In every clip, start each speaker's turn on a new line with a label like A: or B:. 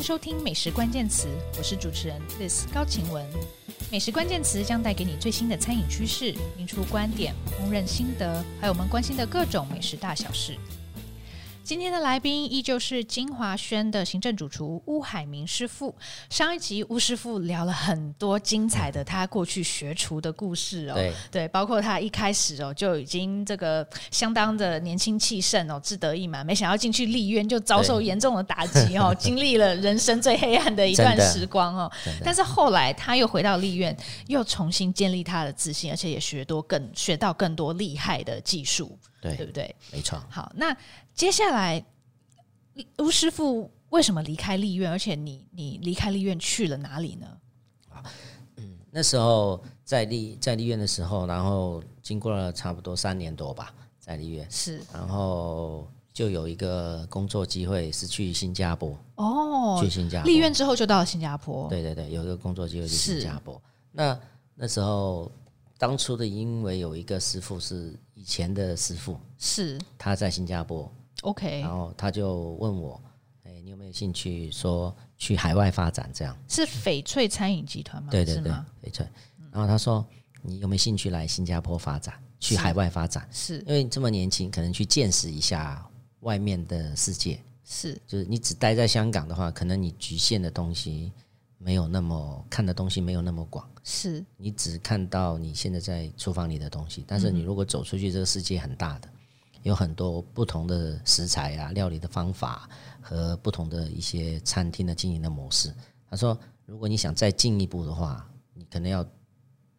A: 收听《美食关键词》，我是主持人 Liz 高晴雯。美食关键词将带给你最新的餐饮趋势、名厨观点、烹饪心得，还有我们关心的各种美食大小事。今天的来宾依旧是金华轩的行政主厨巫海明师傅。上一集巫师傅聊了很多精彩的他过去学厨的故事哦，
B: 对
A: 对，包括他一开始哦就已经这个相当的年轻气盛哦，志得意满，没想到进去立院就遭受
B: 对
A: 严重的打击 哦，经历了人生最黑暗的一段
B: 真的
A: 时光哦。
B: 真的
A: 但是后来他又回到立院，又重新建立他的自信，而且也学多更学到更多厉害的技术，对
B: 对，
A: 不对？
B: 没错。
A: 好，那接下来吴师傅为什么离开立院？而且你你离开立院去了哪里呢？
B: 那时候在立在立院的时候，然后经过了差不多三年多吧，在立院，
A: 是
B: 然后就有一个工作机会是去新加坡，
A: 哦
B: 去，新加坡
A: 立院之后就到了新加坡，
B: 对对对，有一个工作机会去
A: 是
B: 新加坡。那那时候当初的，因为有一个师傅是以前的师傅，
A: 是
B: 他在新加坡，
A: OK，
B: 然后他就问我，哎，你有没有兴趣说去海外发展这样？
A: 是翡翠餐饮集团吗？
B: 对对
A: 是
B: 对
A: 吗？，
B: 没错。然后他说：“你有没有兴趣来新加坡发展，去海外发展？
A: 是
B: 因为你这么年轻，可能去见识一下外面的世界。
A: 是
B: 就是你只待在香港的话，可能你局限的东西没有那么看的东西没有那么广，
A: 是
B: 你只看到你现在在厨房里的东西。但是你如果走出去，这个世界很大的，有很多不同的食材啊、料理的方法和不同的一些餐厅的经营的模式。他说，如果你想再进一步的话，你可能要，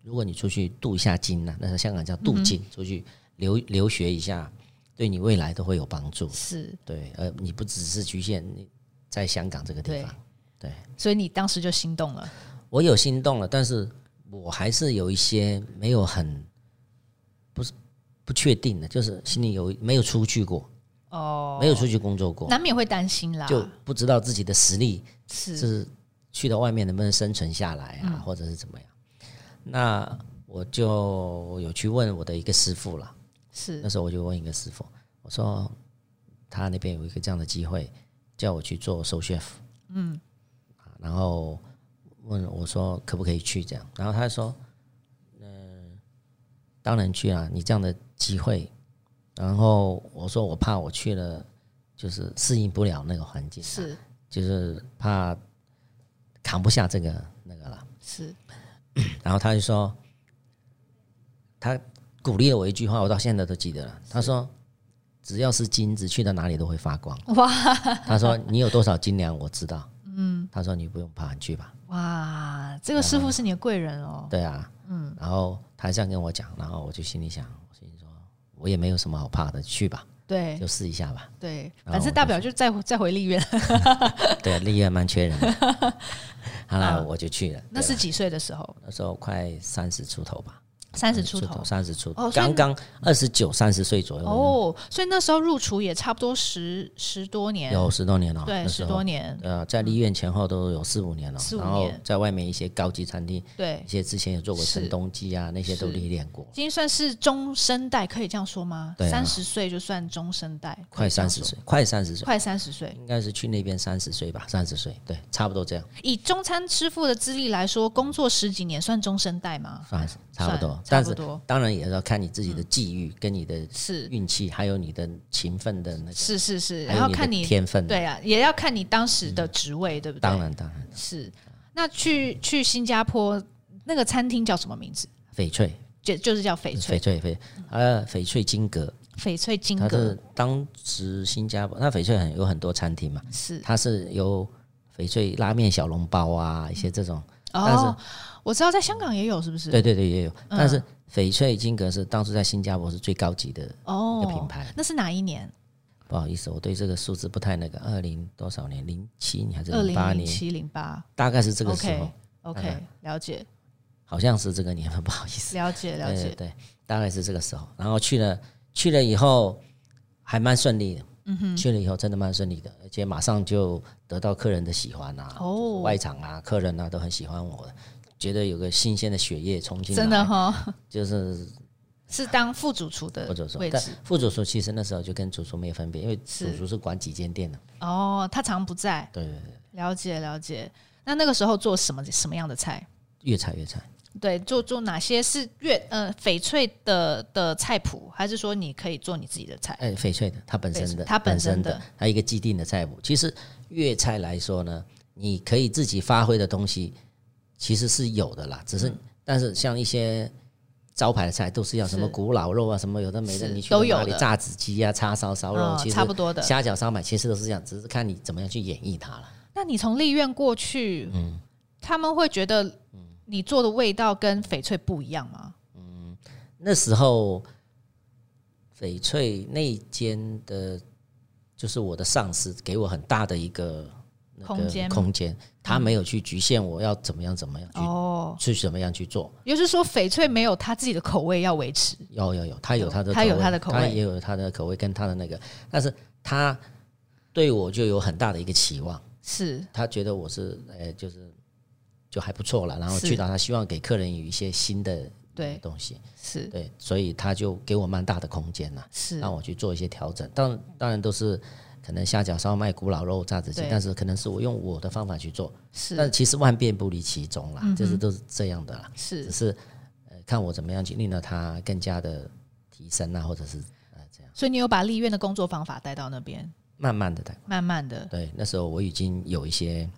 B: 如果你出去镀一下金呐、那是香港叫镀金，出去留留学一下，对你未来都会有帮助。
A: 是，
B: 对，呃，你不只是局限你在香港这个地
A: 对
B: 方。
A: 所以你当时就心动了，
B: 我有心动了，但是我还是有一些没有很不是不确定的，就是心里有没有出去过，
A: 哦，
B: 没有出去工作过，
A: 难免会担心啦，
B: 就不知道自己的实力
A: 是
B: 是去到外面能不能生存下来啊，或者是怎么样。那我就有去问我的一个师傅了，
A: 是
B: 那时候我就问一个师傅，我说他那边有一个这样的机会，叫我去做首 chef，嗯，然后问我说可不可以去这样，然后他说，嗯、当然去啊，你这样的机会，然后我说我怕我去了就是适应不了那个环境、啊，
A: 是
B: 就是怕扛不下这个那个了。
A: 是
B: 然后他就说，他鼓励了我一句话，我到现在都记得了。他说：“只要是金子，去到哪里都会发光。”
A: 哇！
B: 他说：“你有多少斤两，我知道。”嗯，他说：“你不用怕，你去吧。
A: 嗯哇，这个师傅是你的贵人哦”，
B: 对啊，嗯。然后他这样跟我讲，然后我就心里想，我心里说，我也没有什么好怕的，去吧，
A: 对
B: 就试一下吧。
A: 对，
B: 然
A: 反
B: 后
A: 正
B: 我
A: 大
B: 就
A: 不了就再再回立院，
B: 对，立院蛮缺人的。 好了，我就去了。
A: 哦
B: 啊
A: 那是几岁的时候？
B: 那时候快三十出头吧，
A: 三十出头。
B: 三十出
A: 哦
B: 头，
A: 所以
B: 刚刚二十九、三十岁左右的那种，
A: 哦，所以那时候入厨也差不多十十多年，
B: 有十多年了。
A: 对，
B: 那
A: 十
B: 时候
A: 多年，嗯
B: 呃，在立院前后都有四五年了，
A: 四五
B: 然后
A: 年
B: 在外面一些高级餐厅，
A: 对
B: 一，些之前也做过
A: 是
B: 陈东记啊，那些都
A: 是
B: 历练过
A: 已，经算是中生代，可以这样说吗？
B: 对啊
A: 三十岁就算中生代，可
B: 快
A: 以这样
B: 三十
A: 说，
B: 岁，快三十岁，
A: 快三十岁。
B: 应该是去那边三十岁吧，三十岁，对，差不多这样，
A: 以中餐师傅的资历来说，工作十几年算中生代吗？
B: 算是啊差不多
A: 算。差
B: 但
A: 不
B: 是
A: 多嗯
B: 当然也要看你自己的际遇、跟你的
A: 是
B: 运气，还有你的勤奋的那个，
A: 是是是，
B: 还
A: 然
B: 有
A: 后
B: 你
A: 看
B: 的
A: 你
B: 天分。
A: 对，啊，也要看你当时的职位，对不对？
B: 当然当然，
A: 是。那去去新加坡那个餐厅叫什么名字？
B: 翡翠，
A: 就就是叫翡翠
B: 翡翠，翡，呃，翡翠金阁，
A: 翡翠金
B: 它
A: 阁
B: 是当时新加坡，那翡翠很有很多餐厅嘛，
A: 是
B: 它是有翡翠拉面小笼包啊，一些这种，但是
A: 哦，我知道在香港也有，是不是？
B: 对对对也有。但是翡翠金阁是当初在新加坡是最高级的
A: 哦，
B: 一个品牌。
A: 那是哪一年？
B: 不好意思，我对这个数字不太那个，二零多少年？零七年还是
A: 二
B: 零八
A: 零零
B: 年？嗯
A: 七零八。
B: 大概是这个时候
A: OK
B: 大
A: OK，
B: 概
A: 了解
B: 好像是这个年份，不好意思。
A: 了解了
B: 对对
A: 解。
B: 对，大概是这个时候。然后去了去了以后还蛮顺利的，嗯哼，去了以后真的蛮顺利的，而且马上就得到客人的喜欢啊，
A: 哦
B: 就是外场啊，客人啊都很喜欢我的，觉得有个新鲜的血液冲进来，
A: 真的哈，
B: 就是
A: 是当副主厨的
B: 副主厨
A: 位，
B: 但
A: 置
B: 副主厨其实那时候就跟主厨没有分别，因为主
A: 呃是
B: 厨是管几间店的。
A: 哦，他常不在，
B: 对对对，
A: 了解了解。那那个时候做什么什么样的菜？
B: 粤菜粤菜，
A: 对，做做哪些是粤呃翡翠的的菜谱，还是说你可以做你自己的菜？
B: 哎，翡翠的，它本
A: 呃翡
B: 身
A: 翠
B: 的，
A: 它本身的
B: 的，它一个既定的菜谱。其实粤菜来说呢，你可以自己发挥的东西其实是有的啦，只
A: 嗯
B: 是、但是像一些。招牌的菜都是要什么
A: 是
B: 古老肉啊，什么有的没的，
A: 是
B: 你去
A: 都有
B: 哪里
A: 的
B: 炸子鸡啊、叉烧烧肉，
A: 嗯
B: 其实
A: 差不多的。
B: 虾饺、烧麦其实都是这样，只是看你怎么样去演绎它了。
A: 那你从丽苑过去，
B: 嗯
A: 他们会觉得你做的味道跟翡翠不一样吗？
B: 那时候，翡翠那一间的，就是我的上司给我很大的一个那个
A: 空间
B: 空间，他没有去局限我要怎么样怎么样去、
A: 哦，
B: 去怎么样去做。
A: 也就是说翡翠没有他自己的口味要维持，
B: 有有有，他有他的口
A: 他
B: 味，
A: 有他的口味
B: 他也有他的口味跟他的那个，但是他对我就有很大的一个期望，
A: 是
B: 他觉得我是呃就是就还不错了，然后
A: 是
B: 去到他希望给客人有一些新的
A: 对
B: 东西，
A: 是
B: 对，所以他就给我蛮大的空间啦。
A: 是
B: 让我去做一些调整。当当然都是可能虾饺、烧麦、古老肉、炸子鸡
A: 对，
B: 但是可能是我用我的方法去做，但
A: 是
B: 其实万变不离其宗啦，
A: 嗯哼
B: 就是都是这样的啦，只
A: 是。
B: 是呃看我怎么样去令到它更加的提升啊，或者是呃这样
A: 所以你有把丽苑的工作方法带到那边，
B: 慢慢的的。
A: 慢慢的
B: 对，那时候我已经有一些。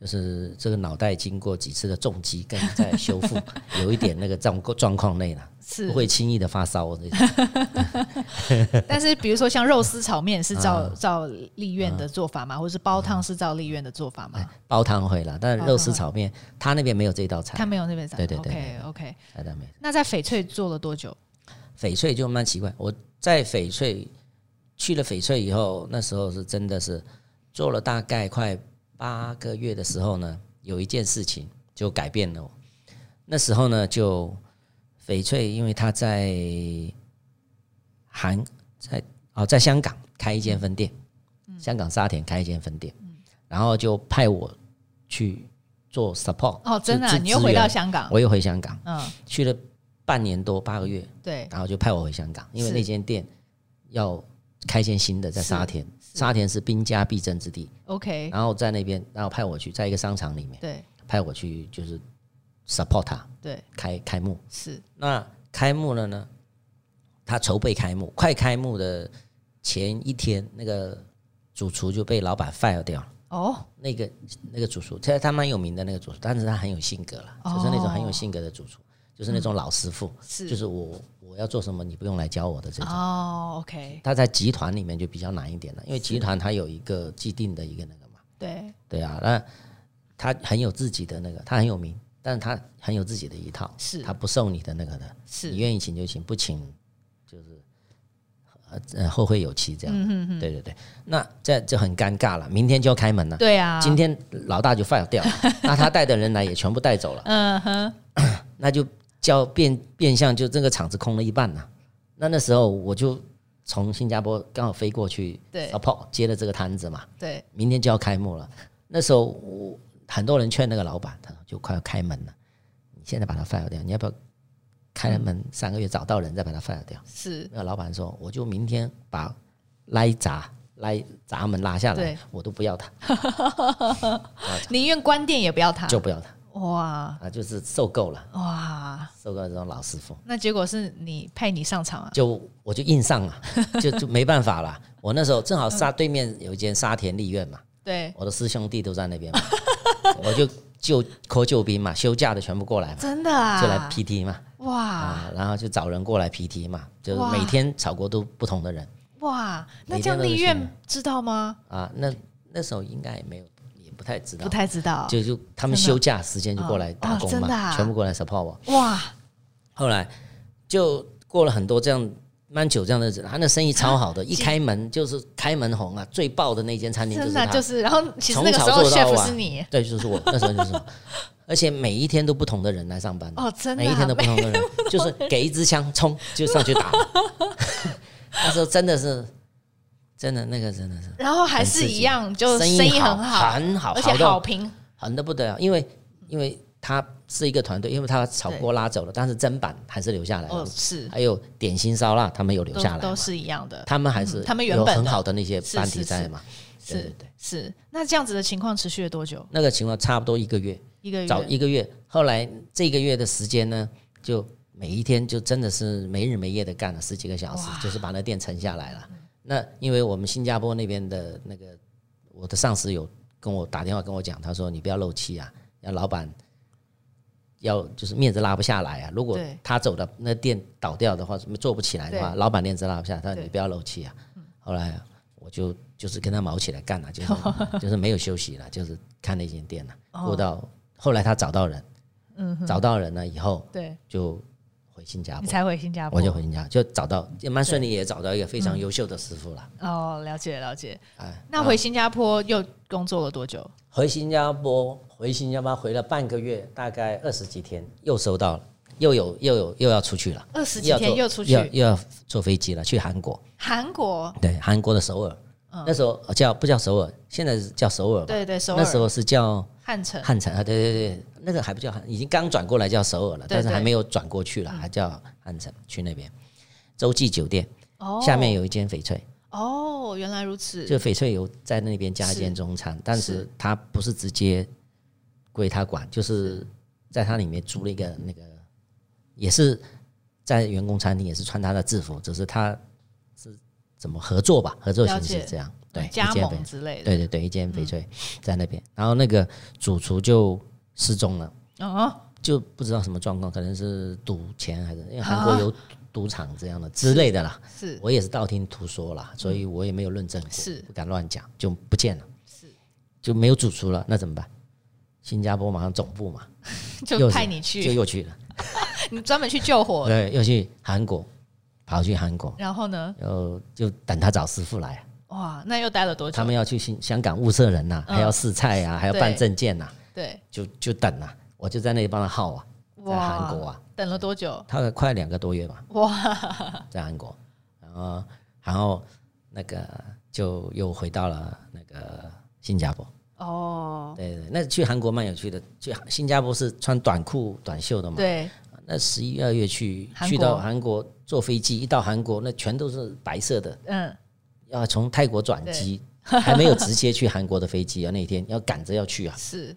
B: 就是这个脑袋经过几次的重击跟在修 复，有一点那个状状况内了，
A: 是
B: 不会轻易的发烧这种。
A: 但是比如说像肉丝炒面是照、
B: 啊
A: 照丽苑的做法吗？或者是煲汤是照丽苑的做法吗？
B: 煲汤会了，但
A: 煲
B: 肉
A: 汤
B: 丝
A: 会
B: 炒面他那边没有这道菜
A: 他，没有那边
B: 对对
A: OK
B: 对
A: OK，
B: 哎，倒没有。
A: 那在翡翠做了多久？
B: 翡翠就蛮奇怪，我在翡翠去了翡翠以后，那时候是真的是做了大概快八个月的时候呢，有一件事情就改变了我。那时候呢，就翡翠，因为他在韩在哦，在香港开一间分店，
A: 嗯
B: 香港沙田开一间分店，然后就派我去做 support
A: 哦，真的啊、
B: 支
A: 你又回到，
B: 支
A: 香
B: 援
A: 港？
B: 我又回香港，
A: 嗯，
B: 去了半年多八个月，
A: 对，
B: 然后就派我回香港，因为
A: 是
B: 那间店要开间新的，在沙田，沙田是兵家必争之地。
A: OK，
B: 然后在那边，然后派我去，在一个商场里面
A: 对
B: 派我去，就是 support 他
A: 对
B: 开开幕。
A: 是
B: 那开幕了呢，他筹备开幕，快开幕的前一天，那个主厨就被老板 fire 掉了。
A: 哦
B: 那个那个主厨，他他蛮有名的那个主厨，但是他很有性格了，
A: 哦
B: 就是那种很有性格的主厨，就是那种老师傅，
A: 是
B: 就是我我要做什么，你不用来教我的这种。
A: 哦 OK，
B: 他在集团里面就比较难一点了，因为集团它有一个既定的一个那个嘛，
A: 对
B: 对啊，那他很有自己的那个，他很有名，但是他很有自己的一套，
A: 是
B: 他不受你的那个的，
A: 是
B: 你愿意请就请，不请就是呃呃后会有期这样，
A: 嗯
B: 对对对，那这就很尴尬了，明天就要开门了，
A: 对啊，
B: 今天老大就 fire 掉了，那他带的人来也全部带走了，
A: 嗯哼
B: 那就叫变变相就这个场子空了一半呐、那那时候我就从新加坡刚好飞过去
A: 对
B: support 接了这个摊子嘛，
A: 对
B: 明天就要开幕了。那时候我很多人劝那个老板，他说就快要开门了，你现在把它 fire 掉，你要不要开了门三个月找到人再把它 fire 掉？
A: 是
B: 那个老板说，我就明天把拉闸拉闸门拉下
A: 对
B: 来，我都不要他，
A: 宁愿关店也不要他，
B: 就不要他
A: 啊哇
B: 啊，就是受够了，
A: 哇，
B: 受够了这种老师傅。
A: 那结果是你派你上场啊？
B: 就我就硬上了， 就就没办法了。我那时候正好沙对面有一间沙田丽 苑嘛，
A: 对，
B: 我的师兄弟都在那边嘛，我就救 call 救兵嘛，休假的全部过来嘛，
A: 真的啊，
B: 就来 PT 嘛，
A: 哇
B: 啊，然后就找人过来 PT 嘛，就是
A: 哇
B: 每天炒锅都不同的人
A: 哇，那
B: 每
A: 这样
B: 天都
A: 丽
B: 是
A: 苑知道吗？
B: 啊。那那时候应该也没有，也不太知道
A: 不，太知道，
B: 就就他们
A: 真的
B: 休假时间就过来
A: 哦
B: 打
A: 哦
B: 工
A: 真的
B: 嘛，
A: 啊
B: 全部过来 support 我。
A: 哇，
B: 后来就过了很多这样蛮久这样的日子，他那生意超好的，一开门就是开门红啊，最爆的那间餐厅就
A: 真
B: 是
A: 的
B: 他，
A: 啊就是，然后其实
B: 从
A: 那个
B: 早
A: 时候
B: 做到
A: chef
B: 晚嗯
A: 是你
B: 对，就是我那时候就是我，而且每一天都不同的人来上班，
A: 哦，真的
B: 每一
A: 啊
B: 天都不同的人，就是给一支枪冲就上去打， 那时候真的是真的那个真的是
A: 然后还
B: 很
A: 是
B: 刺激
A: 一样，就
B: 生
A: 意
B: 好
A: 很好，
B: 很好，
A: 而且
B: 好到
A: 好评
B: 狠的不得了，因为因为它是一个团队，因为它炒锅拉走了，但是砧板还是留下来了，
A: 哦，是，
B: 还有点心烧腊他们有留
A: 都
B: 下来
A: 都
B: 嘛，
A: 是一样的，
B: 他们还是
A: 嗯他们原
B: 有
A: 本
B: 很
A: 的
B: 好的那些
A: 是
B: 班
A: 是
B: 底在嘛，对对
A: 是
B: 对，
A: 是。那这样子的情况持续了多久？
B: 那个情况差不多一个月，
A: 一个
B: 早
A: 月？
B: 一个月，后来这个月的时间呢，就每一天就真的是没日没夜的干了十几个小时，就是把那店沉下来了。那因为我们新加坡那边的那个我的上司有跟我打电话跟我讲，他说你不要漏气啊，要老板要就是面子拉不下来啊，如果
A: 对
B: 他走的那店倒掉的话，做不起来的话，老板面子拉不下来，他说
A: 对
B: 你不要漏气啊。后来啊我就就是跟他毛起来干了，就 是
A: 哦
B: 就是没有休息了，就是看那间店了。过到后来他找到人，找到人了以后
A: 对，
B: 就回新加
A: 你
B: 坡，
A: 才回嗯新加坡？
B: 我就回新加坡，就找到也蛮顺利，也找到一个非常优秀的师傅了。
A: 哦，了解了解。
B: 哎，
A: 那回新加坡又工作了多久？
B: 回新加坡，回新加坡回了半个月，大概二十几天，又收到了，又有又有又要出去了，
A: 二十几天
B: 要
A: 又
B: 坐
A: 出
B: 要
A: 去
B: 又要坐飞机了，去韩国，
A: 韩国？
B: 对，韩国的首尔，那时候哦叫不叫首尔？现在是叫首尔吧？
A: 对嗯对，首
B: 那时
A: 尔、
B: 候是叫
A: 汉城。
B: 汉城啊，对对对，那个还不叫汉，已经刚转过来叫首尔了，
A: 对
B: 但是还
A: 对
B: 没有转过去了，还叫汉城。去那边洲际酒店
A: 哦，
B: 下面有一间翡翠，
A: 哦，原来如此。
B: 就翡翠有在那边加一间中餐，但是它不是直接归他管，就是在它里面租了一个那个，也是在员工餐厅，也是穿他的制服，只是他是怎么合作吧，合作形
A: 了
B: 式
A: 解
B: 这样，对，一
A: 加
B: 间翡
A: 盟之类的。嗯
B: 对对对，一间翡翠在那边，然后那个主厨就失踪了。
A: 哦，
B: 就不知道什么状况，可能是赌钱还是因为韩
A: 啊
B: 国有赌场这样的之类的啦。
A: 是
B: 我也是道听途说啦，所以我也没有论证过，
A: 嗯是
B: 不敢乱讲，就不见了，就没有主厨了，那怎么办？新加坡马上总部嘛，
A: 就
B: 又是
A: 派你
B: 就
A: 去，哦
B: 又去了，
A: 你专门去救火。
B: 对，又去韩国，跑去韩国，
A: 然后呢？
B: 然后就等他找师傅来啊，
A: 哇，那又待了多久？
B: 他们要去新香港物色人呐、
A: 嗯
B: 还要试菜啊，还要办
A: 对
B: 证件呐、
A: 对，
B: 就就等啊，我就在那里帮他耗啊，在韩国啊，
A: 等了多久？
B: 他了快两个多月嘛，
A: 哇，
B: 在韩国，然后然后那个就又回到了那个新加坡。
A: 哦，
B: 对对，那去韩国蛮有趣的，去新加坡是穿短裤短袖的嘛。
A: 对，
B: 那十一二月去
A: 韩国
B: 去到韩国坐飞机，一到韩国那全都是白色的，
A: 嗯，
B: 要从泰国转机，还没有直接去韩国的飞机啊，那一天要赶着要去啊，
A: 嗯是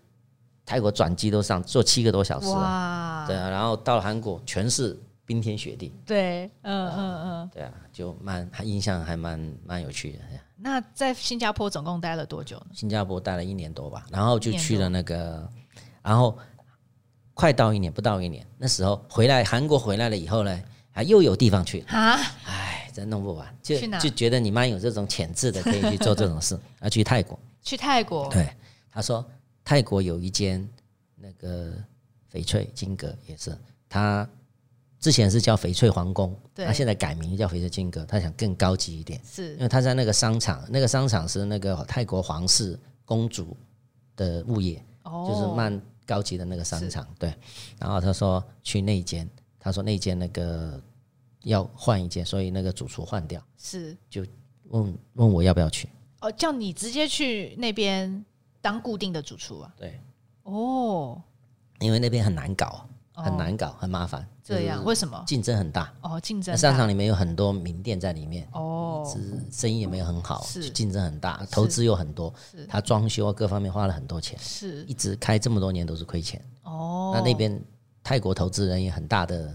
B: 泰国转机都上坐七个多小时啊。
A: 哇，
B: 对啊，然后到了韩国全是冰天雪地，
A: 对，嗯嗯嗯。
B: 对啊，就蛮还印象还蛮蛮有趣的。
A: 那在新加坡总共待了多久呢？
B: 新加坡待了一年多吧，然后就
A: 一年多
B: 去了那个，然后快到一年，不到一年，那时候回来韩国回来了以后呢，还又有地方去了，
A: 啊，
B: 哎，真弄不完，就
A: 去哪
B: 就觉得你妈有这种潜质的，可以去做这种 事，要去泰国。
A: 去泰国，
B: 对，他说泰国有一间那个翡翠金阁也是，他之前是叫翡翠皇宫，
A: 对
B: 啊他现在改名叫翡翠金阁，他想更高级一点。
A: 是
B: 因为他在嗯那个商场，那个商场是那个泰国皇室公主的物业，
A: 哦，
B: 就是蛮高级的那个商场。对，然后他说去那一间，他说那一间那个要换一间，所以那个主厨换掉，
A: 是
B: 问问我要不要去。
A: 哦，叫你直接去那边当固定的主厨啊？
B: 对，
A: 哦，
B: 因为那边很难搞，
A: 哦
B: 很难搞，很麻烦，
A: 这样，为什么？
B: 竞争很大。
A: 哦，竞
B: 那
A: 争
B: 商
A: 大
B: 场里面有很多名店在里面，
A: 哦，
B: 生意也没有很好，
A: 是
B: 竞争很大，投资又很多，他装修啊各方面花了很多钱，
A: 是
B: 一直开这么多年都是亏钱。
A: 哦，
B: 那那边泰国投资人也很大的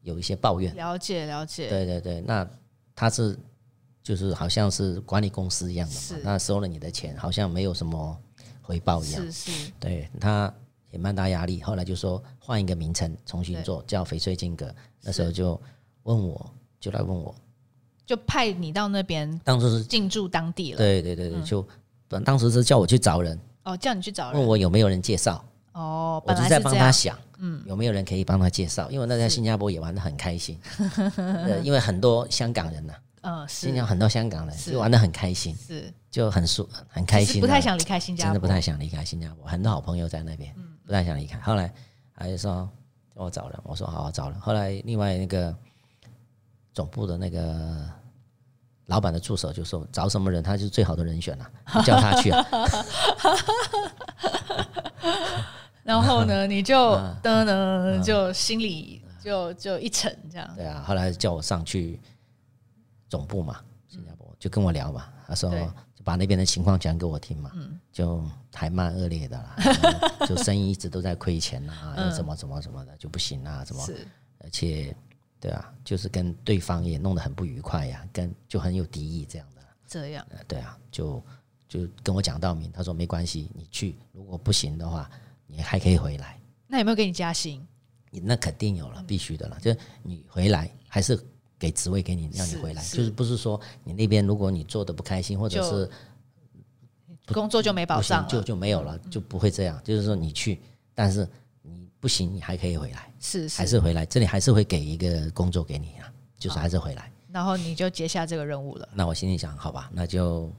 B: 有一些抱怨，
A: 了解了解，
B: 对对对，那他是就是好像是管理公司一样的
A: 是
B: 嘛，那收了你的钱，好像没有什么回报一样，
A: 是是
B: 对他也蛮大压力。后来就说换一个名称重新
A: 对
B: 做，叫翡翠金阁。那时候就问我，就来问我，
A: 就派你到那边
B: 当初是
A: 进驻当地了，
B: 对对对对，就本当时是叫我去找人，
A: 哦，叫你去嗯找
B: 问
A: 人，
B: 我有没有人介绍，
A: 哦，
B: 我
A: 本
B: 就
A: 来
B: 在
A: 是
B: 帮
A: 这
B: 他
A: 样，
B: 想，嗯，有没有人可以帮他介绍？因为那在新加坡也玩得很开心，呃因为很多香港人呐、
A: 嗯，
B: 新
A: 是
B: 加坡很多香港人
A: 是
B: 就玩得很开心，
A: 是，
B: 就很舒很开
A: 只是
B: 心、啊，
A: 不太想离开新加
B: 真的
A: 坡，
B: 不太想离开新加坡，很多好朋友在那边，嗯不太想离开。后来他就说叫我找人，我说好好找人。后来另外那个总部的那个老板的助手就说找什么人，他就是啊最好的人选了、你叫他去啊。
A: 然后呢，你 就
B: 啊
A: 噔
B: 嗯
A: 噔，就心里就就一沉这样。
B: 对啊，后来叫我上去总部嘛，新加坡就跟我聊嘛，他说
A: 对嗯
B: 就把那边的情况讲给我听嘛，就还蛮恶劣的啦， 然后就生意一直都在亏钱啦，又怎么怎么怎么的就不行啦，怎么，
A: 嗯是，
B: 而且对啊，就是跟对方也弄得很不愉快呀、跟就很有敌意这样的，
A: 这样，
B: 呃对啊，就就跟我讲道明，他说没关系，你去，如果不行的话，你还可以回来。
A: 那有没有给你加薪？
B: 那肯定有
A: 嗯
B: 了，必须的了。就是你回来还是给职位给你，让你
A: 是
B: 回来，
A: 是
B: 就是不是说你那边如果你做的不开心，或者
A: 就是工作就没保
B: 不行
A: 障，
B: 就
A: 了。嗯
B: 就没有了，就不会这样。就是说你去，但是你不行，你还可以回来，
A: 是
B: 还
A: 是，
B: 是回来，这里还是会给一个工作给你啊，就是还是回来。
A: 然后你就接下这个任务了。
B: 那我心里想，好吧，那就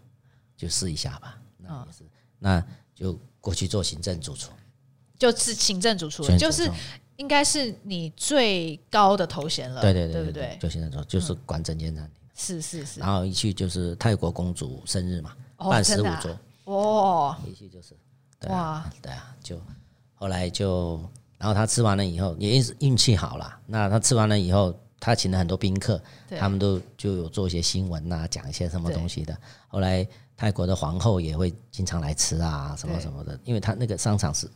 B: 就试一下吧。那
A: 嗯
B: 也是，那就过去做行政主厨，
A: 就是行政主厨了，
B: 行政
A: 就
B: 主
A: 是
B: 厨
A: 应该是你最高的头衔了，
B: 对
A: 啊对
B: 对
A: 不
B: 对
A: 对？
B: 做行政主厨就是管整间餐厅。
A: 是是是，
B: 然后一去就是泰国公主生日嘛，
A: 哦
B: 办
A: 真
B: 十五
A: 的啊
B: 桌，
A: 哦，
B: 一去就是，对啊，
A: 哇，
B: 对啊，就后来就，然后他吃完了以后，也运运气好了。那他吃完了以后，他请了很多宾客，
A: 对
B: 他们都就有做一些新闻呐、讲一些什么
A: 对
B: 东西的。后来泰国的皇后也会经常来吃啊，什么
A: 对
B: 什么的，因为他那个商场是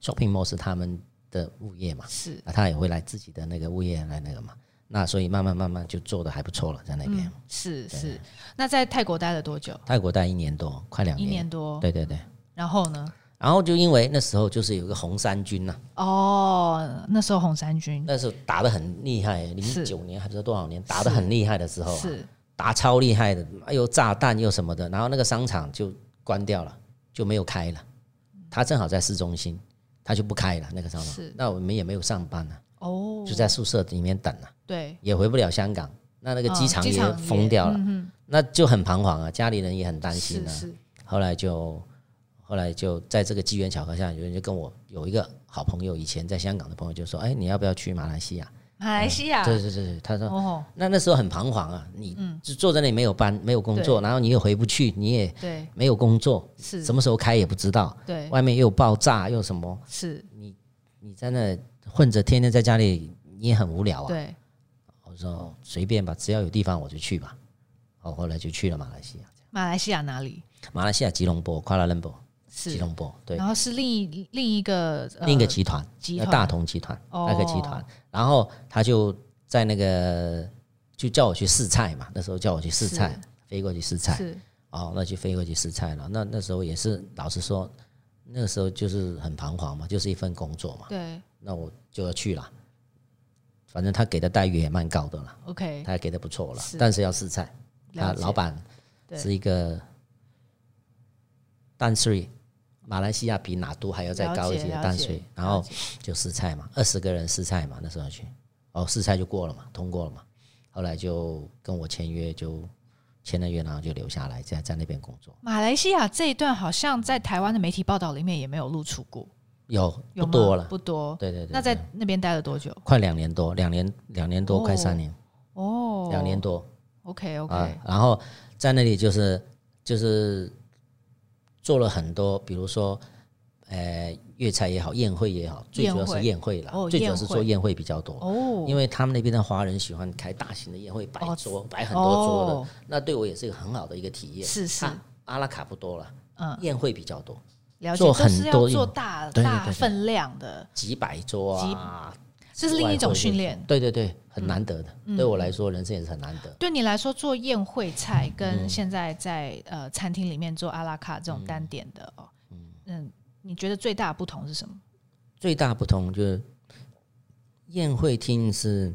B: shopping mall 是他们的物业嘛，
A: 是
B: 啊，他也会来自己的那个物业来那个嘛。那所以慢慢慢慢就做的还不错了，在那边、
A: 嗯是
B: 啊
A: 是。那在泰国待了多久？
B: 泰国待一年多，快两
A: 一
B: 年，
A: 年多。
B: 对对对。
A: 然后呢？
B: 然后就因为那时候就是有一个红衫军啊呐、
A: 哦，那时候红衫军
B: 那时候打得很厉害，
A: 是
B: 零九年还不知道多少年，打得很厉害的时候、啊，
A: 是
B: 打超厉害的，又炸弹又什么的，然后那个商场就关掉了，就没有开了。他正好在市中心，他就不开了那个商场
A: 是。
B: 那我们也没有上班啊，
A: 哦，
B: 就在宿舍里面等啊，
A: 对
B: 也回不了香港。那那个机场
A: 嗯机
B: 也
A: 场也
B: 封掉了，那就很彷徨啊，家里人也很担心
A: 是
B: 啊。
A: 是
B: 后来就后来就在这个机缘巧合下，有人就跟我有一个好朋友，以前在香港的朋友就说：“哎，你要不要去马来西亚？”
A: 马来西亚
B: 对对对对，他说。
A: 哦，
B: 那那时候很彷徨啊，你
A: 嗯
B: 就坐在那里没有班，没有工作，然后你又回不去，你也
A: 对
B: 没有工作，
A: 是
B: 什么时候开也不知道，
A: 对
B: 外面又爆炸又什么，
A: 是
B: 你在那混着，天天在家里你也很无聊啊。
A: 对
B: 我说哦随便吧，只要有地方我就去吧。哦，后来就去了马来西亚，
A: 马来西亚哪里
B: 马来西亚吉隆坡，夸拉 b o 吉
A: 是？
B: 隆坡，对，
A: 然后是另一另一个呃
B: 另一个集团，
A: 集
B: 那
A: 团
B: 大同集团
A: 哦
B: 那个集团，然后他就在那个就叫我去试菜嘛，那时候叫我去试菜
A: 是，
B: 飞过去试菜，
A: 是
B: 哦，那就飞过去试菜了。那那时候也是，老实说，那个时候就是很彷徨嘛，就是一份工作嘛，
A: 对
B: 那我就要去了。反正他给的待遇也蛮高的了，
A: OK
B: 他也给的不错了，
A: 哎是
B: 但是要试菜。
A: 了
B: 啊，
A: 解
B: 老板
A: 对
B: 是一个淡水，马来西亚比哪都还要再高一些
A: 了解
B: 的淡水
A: 了解，
B: 然后就试菜嘛，二十个人试菜嘛，那时候去，哦，试菜就过了嘛，通过了嘛，后来就跟我签约，就签了约，然后就留下来，在在那边工作，
A: 马来西亚这一段好像在台湾的媒体报道里面也没有露出过，
B: 有
A: 有
B: 不
A: 吗
B: 多了，
A: 不多。
B: 对对对，
A: 那在那边待了多久？
B: 快两年多，两年两年多，
A: 哦
B: 快三年，
A: 哦，
B: 两年多，
A: OK OK，、
B: 啊，然后在那里就是就是做了很多，比如说呃粤菜也好，宴会也好，最主要是宴会啦，
A: 宴会哦
B: 最主要是
A: 宴会
B: 做宴会比较多。
A: 哦，
B: 因为他们那边的华人喜欢开大型的宴会，摆
A: 哦
B: 桌、摆很多桌的，
A: 哦
B: 那对我也是一个很好的一个体验。
A: 是是
B: 啊，阿拉卡不多了，
A: 嗯，
B: 宴会比较多，
A: 了解，
B: 做
A: 这是
B: 很
A: 要
B: 多
A: 做
B: 运
A: 大
B: 对对
A: 大
B: 对对
A: 分量的，
B: 几百桌啊，
A: 这是另一
B: 外
A: 种
B: 汇
A: 训练。嗯
B: 对对对，很难得的。对我来说，人生也是很难得。
A: 对你来说，做宴会菜
B: 嗯
A: 跟现在在呃餐厅里面做阿拉卡这种单点的哦，嗯，你觉得最大的不同是什么？
B: 最大不同就是宴会厅是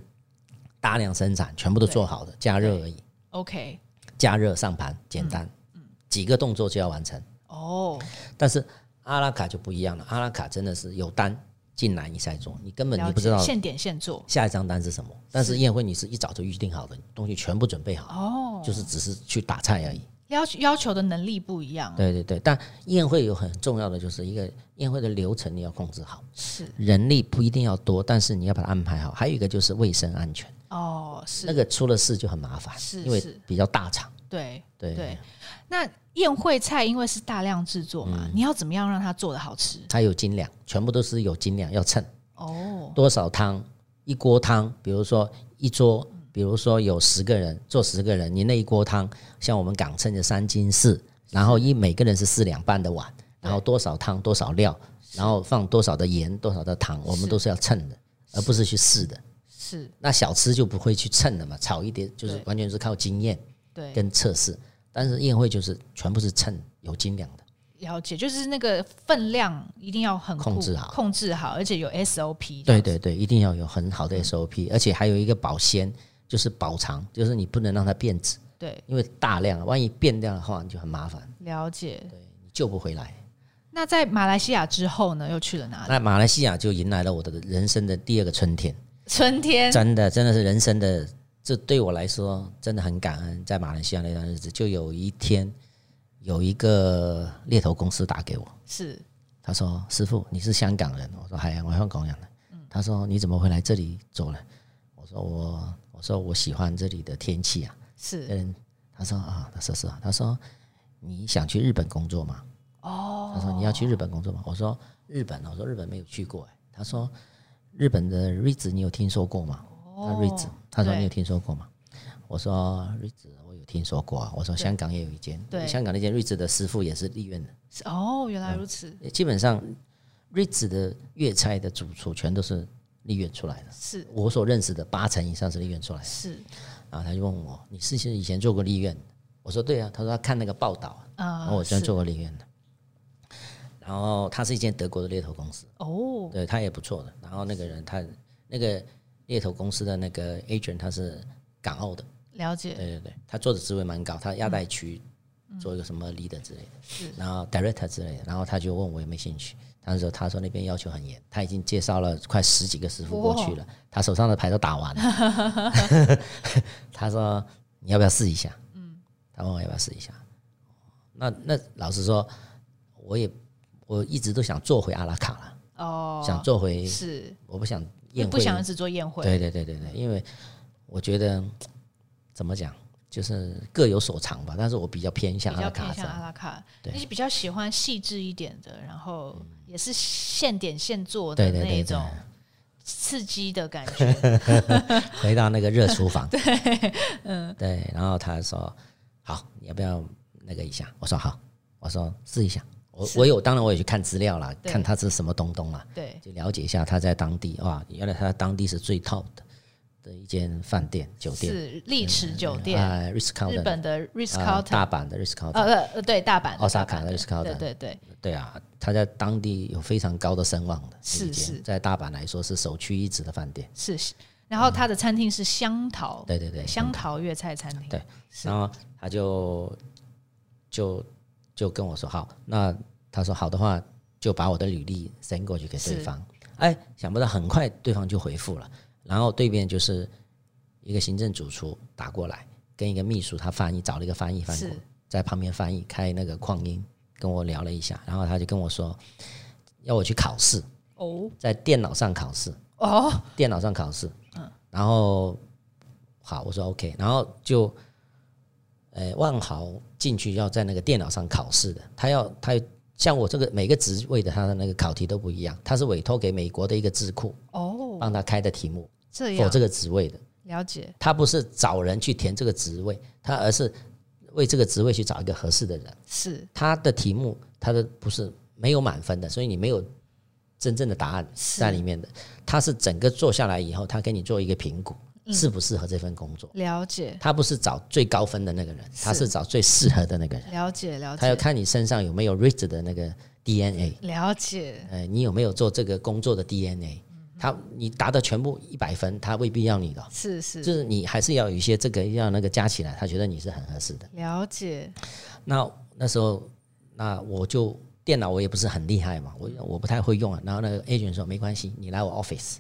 B: 大量生产，全部都做好的，加热而已，
A: OK，
B: 加热上盘简单，
A: 嗯
B: 几个动作就要完成。
A: 哦，
B: 但是阿拉卡就不一样了，阿拉卡真的是有单进来你才做，你根本
A: 了
B: 你
A: 解，
B: 不知道
A: 现点现做
B: 下一张单是什么。但是宴会你是一早就预定好的，东西全部准备好，
A: 哦，
B: 就是只是去打菜而已。
A: 要求要求的能力不一样，
B: 对对对，但宴会有很重要的就是一个宴会的流程你要控制好，
A: 是
B: 人力不一定要多，但是你要把它安排好。还有一个就是卫生安全。
A: 哦，是
B: 那个出了事就很麻烦，
A: 是
B: 因为
A: 是
B: 比较大厂。
A: 对
B: 对
A: 对。那宴会菜因为是大量制作嘛，
B: 嗯
A: 你要怎么样让它做的好吃？
B: 它有斤两，全部都是有斤两，要称
A: 哦，
B: 多少汤，一锅汤，比如说一桌，比如说有十个人做十个人，你那一锅汤，像我们港称的三斤四，然后一每个人是四两半的碗，然后多少汤多少料，然后放多少的盐多少的糖，我们都是要称的，而不是去试的。
A: 是
B: 那小吃就不会去称的嘛，炒一碟就是
A: 对
B: 完全是靠经验
A: 对，
B: 跟测试，但是宴会就是全部是称有斤两的。
A: 了解，就是那个分量一定要很
B: 控
A: 固
B: 制好
A: 控制好，而且有 SOP。
B: 对，对对，一定要有很好的 SOP，、而且还有一个保鲜，就是保藏，就是你不能让它变质，
A: 对，
B: 因为大量，万一变量的话，你就很麻烦，
A: 了解。
B: 你救不回来。
A: 那在马来西亚之后呢，又去了哪里？
B: 那马来西亚就迎来了我的人生的第二个春天，
A: 春天
B: 真的真的是人生的，这对我来说真的很感恩。在马来西亚那段日子，就有一天有一个猎头公司打给我，
A: 是
B: 他说：“师傅，你是香港人？”我说：“哎呀，我香港人。”他说：“你怎么会来这里走呢？”我说：“我我说我喜欢这里的天气啊。”
A: 是
B: 嗯，他说：“啊，他说是啊。”他说：“你想去日本工作吗？”
A: 哦，
B: 他说：“你要去日本工作吗？”我说：“日本啊，我说日本没有去过。”哎，他说：“日本的日子你有听说过吗？”
A: 哦
B: 那日子，他说：“
A: 对
B: 你有听说过吗？”我说：“日子我有听说过啊。”我说：“香港也有一间，
A: 对
B: 香港那间日子的师傅也是立院的。”欸
A: 是哦，原
B: 嗯
A: 来如此，
B: 基本上日子的粤菜的主厨全都是丽苑出来的，
A: 是
B: 我所认识的八成以上是丽苑出来的。
A: 是
B: 然后他就问我：“你是不是以前做过丽苑的？”我说：“对啊。”他说：“他看那个报道啊，然
A: 啊，
B: 后我真
A: 是
B: 做过丽苑的。”然后他是一间德国的猎头公司，
A: 哦，
B: 对他也不错的。然后那个人他那个猎头公司的那个 agent 他是港澳的，
A: 了解
B: 对对对，他做的职位蛮高，他亚太区
A: 嗯
B: 做一个什么 leader 之类的，然后 director 之类的，然后他就问我有没有兴趣。那时候他说那边要求很严，他已经介绍了快十几个师傅过去了，他手上的牌都打完了。 他说你要不要试一下？嗯，他问我要不要试一下。那那老实说，我也我一直都想做回阿拉卡了，
A: 哦，
B: 想做回
A: 是
B: 我不想
A: 也
B: 宴会，
A: 不想只做宴会，
B: 对对对对对，因为我觉得怎么讲，就是各有所长吧。但是我比较偏向
A: 比
B: 阿拉
A: 较
B: 卡
A: 偏
B: 这
A: 向阿
B: 样，
A: 拉卡，
B: 对嗯
A: 你是比较喜欢细致一点的，然后也是现点现做的
B: 对对
A: 那一
B: 对对
A: 种。刺激的感觉，
B: 回到那个热厨 房。 对，嗯，对。然后他说：“好，你要不要那个一下？”我说：“好。”我说：“试一下。我”我有，当然我也去看资料啦，
A: 对
B: 看他是什么东东啦，
A: 对，
B: 就了解一下他在当地哇，原来他在当地是最 top 的的一间饭店酒店，
A: 是丽池酒店，
B: 啊，Ritz
A: 日
B: Carlton，
A: 本的 Ritz
B: 啊
A: Carlton，
B: 大阪的 Ritz Carlton，
A: 呃呃，对，大阪的
B: 奥萨卡
A: 大阪
B: 的 Ritz Carlton
A: 对对对，
B: 对啊，他在当地有非常高的声望的，
A: 是
B: 那一间
A: 是
B: 在大阪来说是首屈一指的饭店。
A: 是。然后它的餐厅是香桃，
B: 对对对，
A: 香桃粤菜餐厅，
B: 对然后他就就就跟我说好，那他说好的话，就把我的履历 send 过去给对
A: 是
B: 方。哎，想不到很快对方就回复了，然后对面就是一个行政主厨打过来，跟一个秘书他翻译，找了一个翻译翻过
A: 是
B: 在旁边翻译，开那个矿音跟我聊了一下，然后他就跟我说要我去考试，
A: 哦
B: 在电脑上考试。
A: 哦，
B: 电脑上考试，然后好，我说 OK，然后就，呃，万豪进去要在那个电脑上考试的，他要他像我这个每个职位的他的那个考题都不一样，他是委托给美国的一个智库
A: 哦，
B: 帮他开的题目，
A: 这
B: 否
A: 样
B: 这个职位的，
A: 了解
B: 他不是找人去填这个职位，他而是为这个职位去找一个合适的人，
A: 是
B: 他的题目他的不是没有满分的，所以你没有真正的答案在里面的。他是整个做下来以后，他给你做一个评估，适不适合这份工作。
A: 了解
B: 他不是找最高分的那个人，他是找最适合的那个人。
A: 了解了
B: 他要
A: 解
B: 看你身上有没有 rich 的那个 DNA，
A: 了解，
B: 呃，你有没有做这个工作的 DNA。他你答的全部一百分，他未必要你的哦，
A: 是是
B: 就是你还是要有一些这个要那个加起来，他觉得你是很合适的。
A: 了解
B: 那那时候，那我就电脑我也不是很厉害嘛，我我不太会用啊。然后那个 agent 说没关系，你来我 office，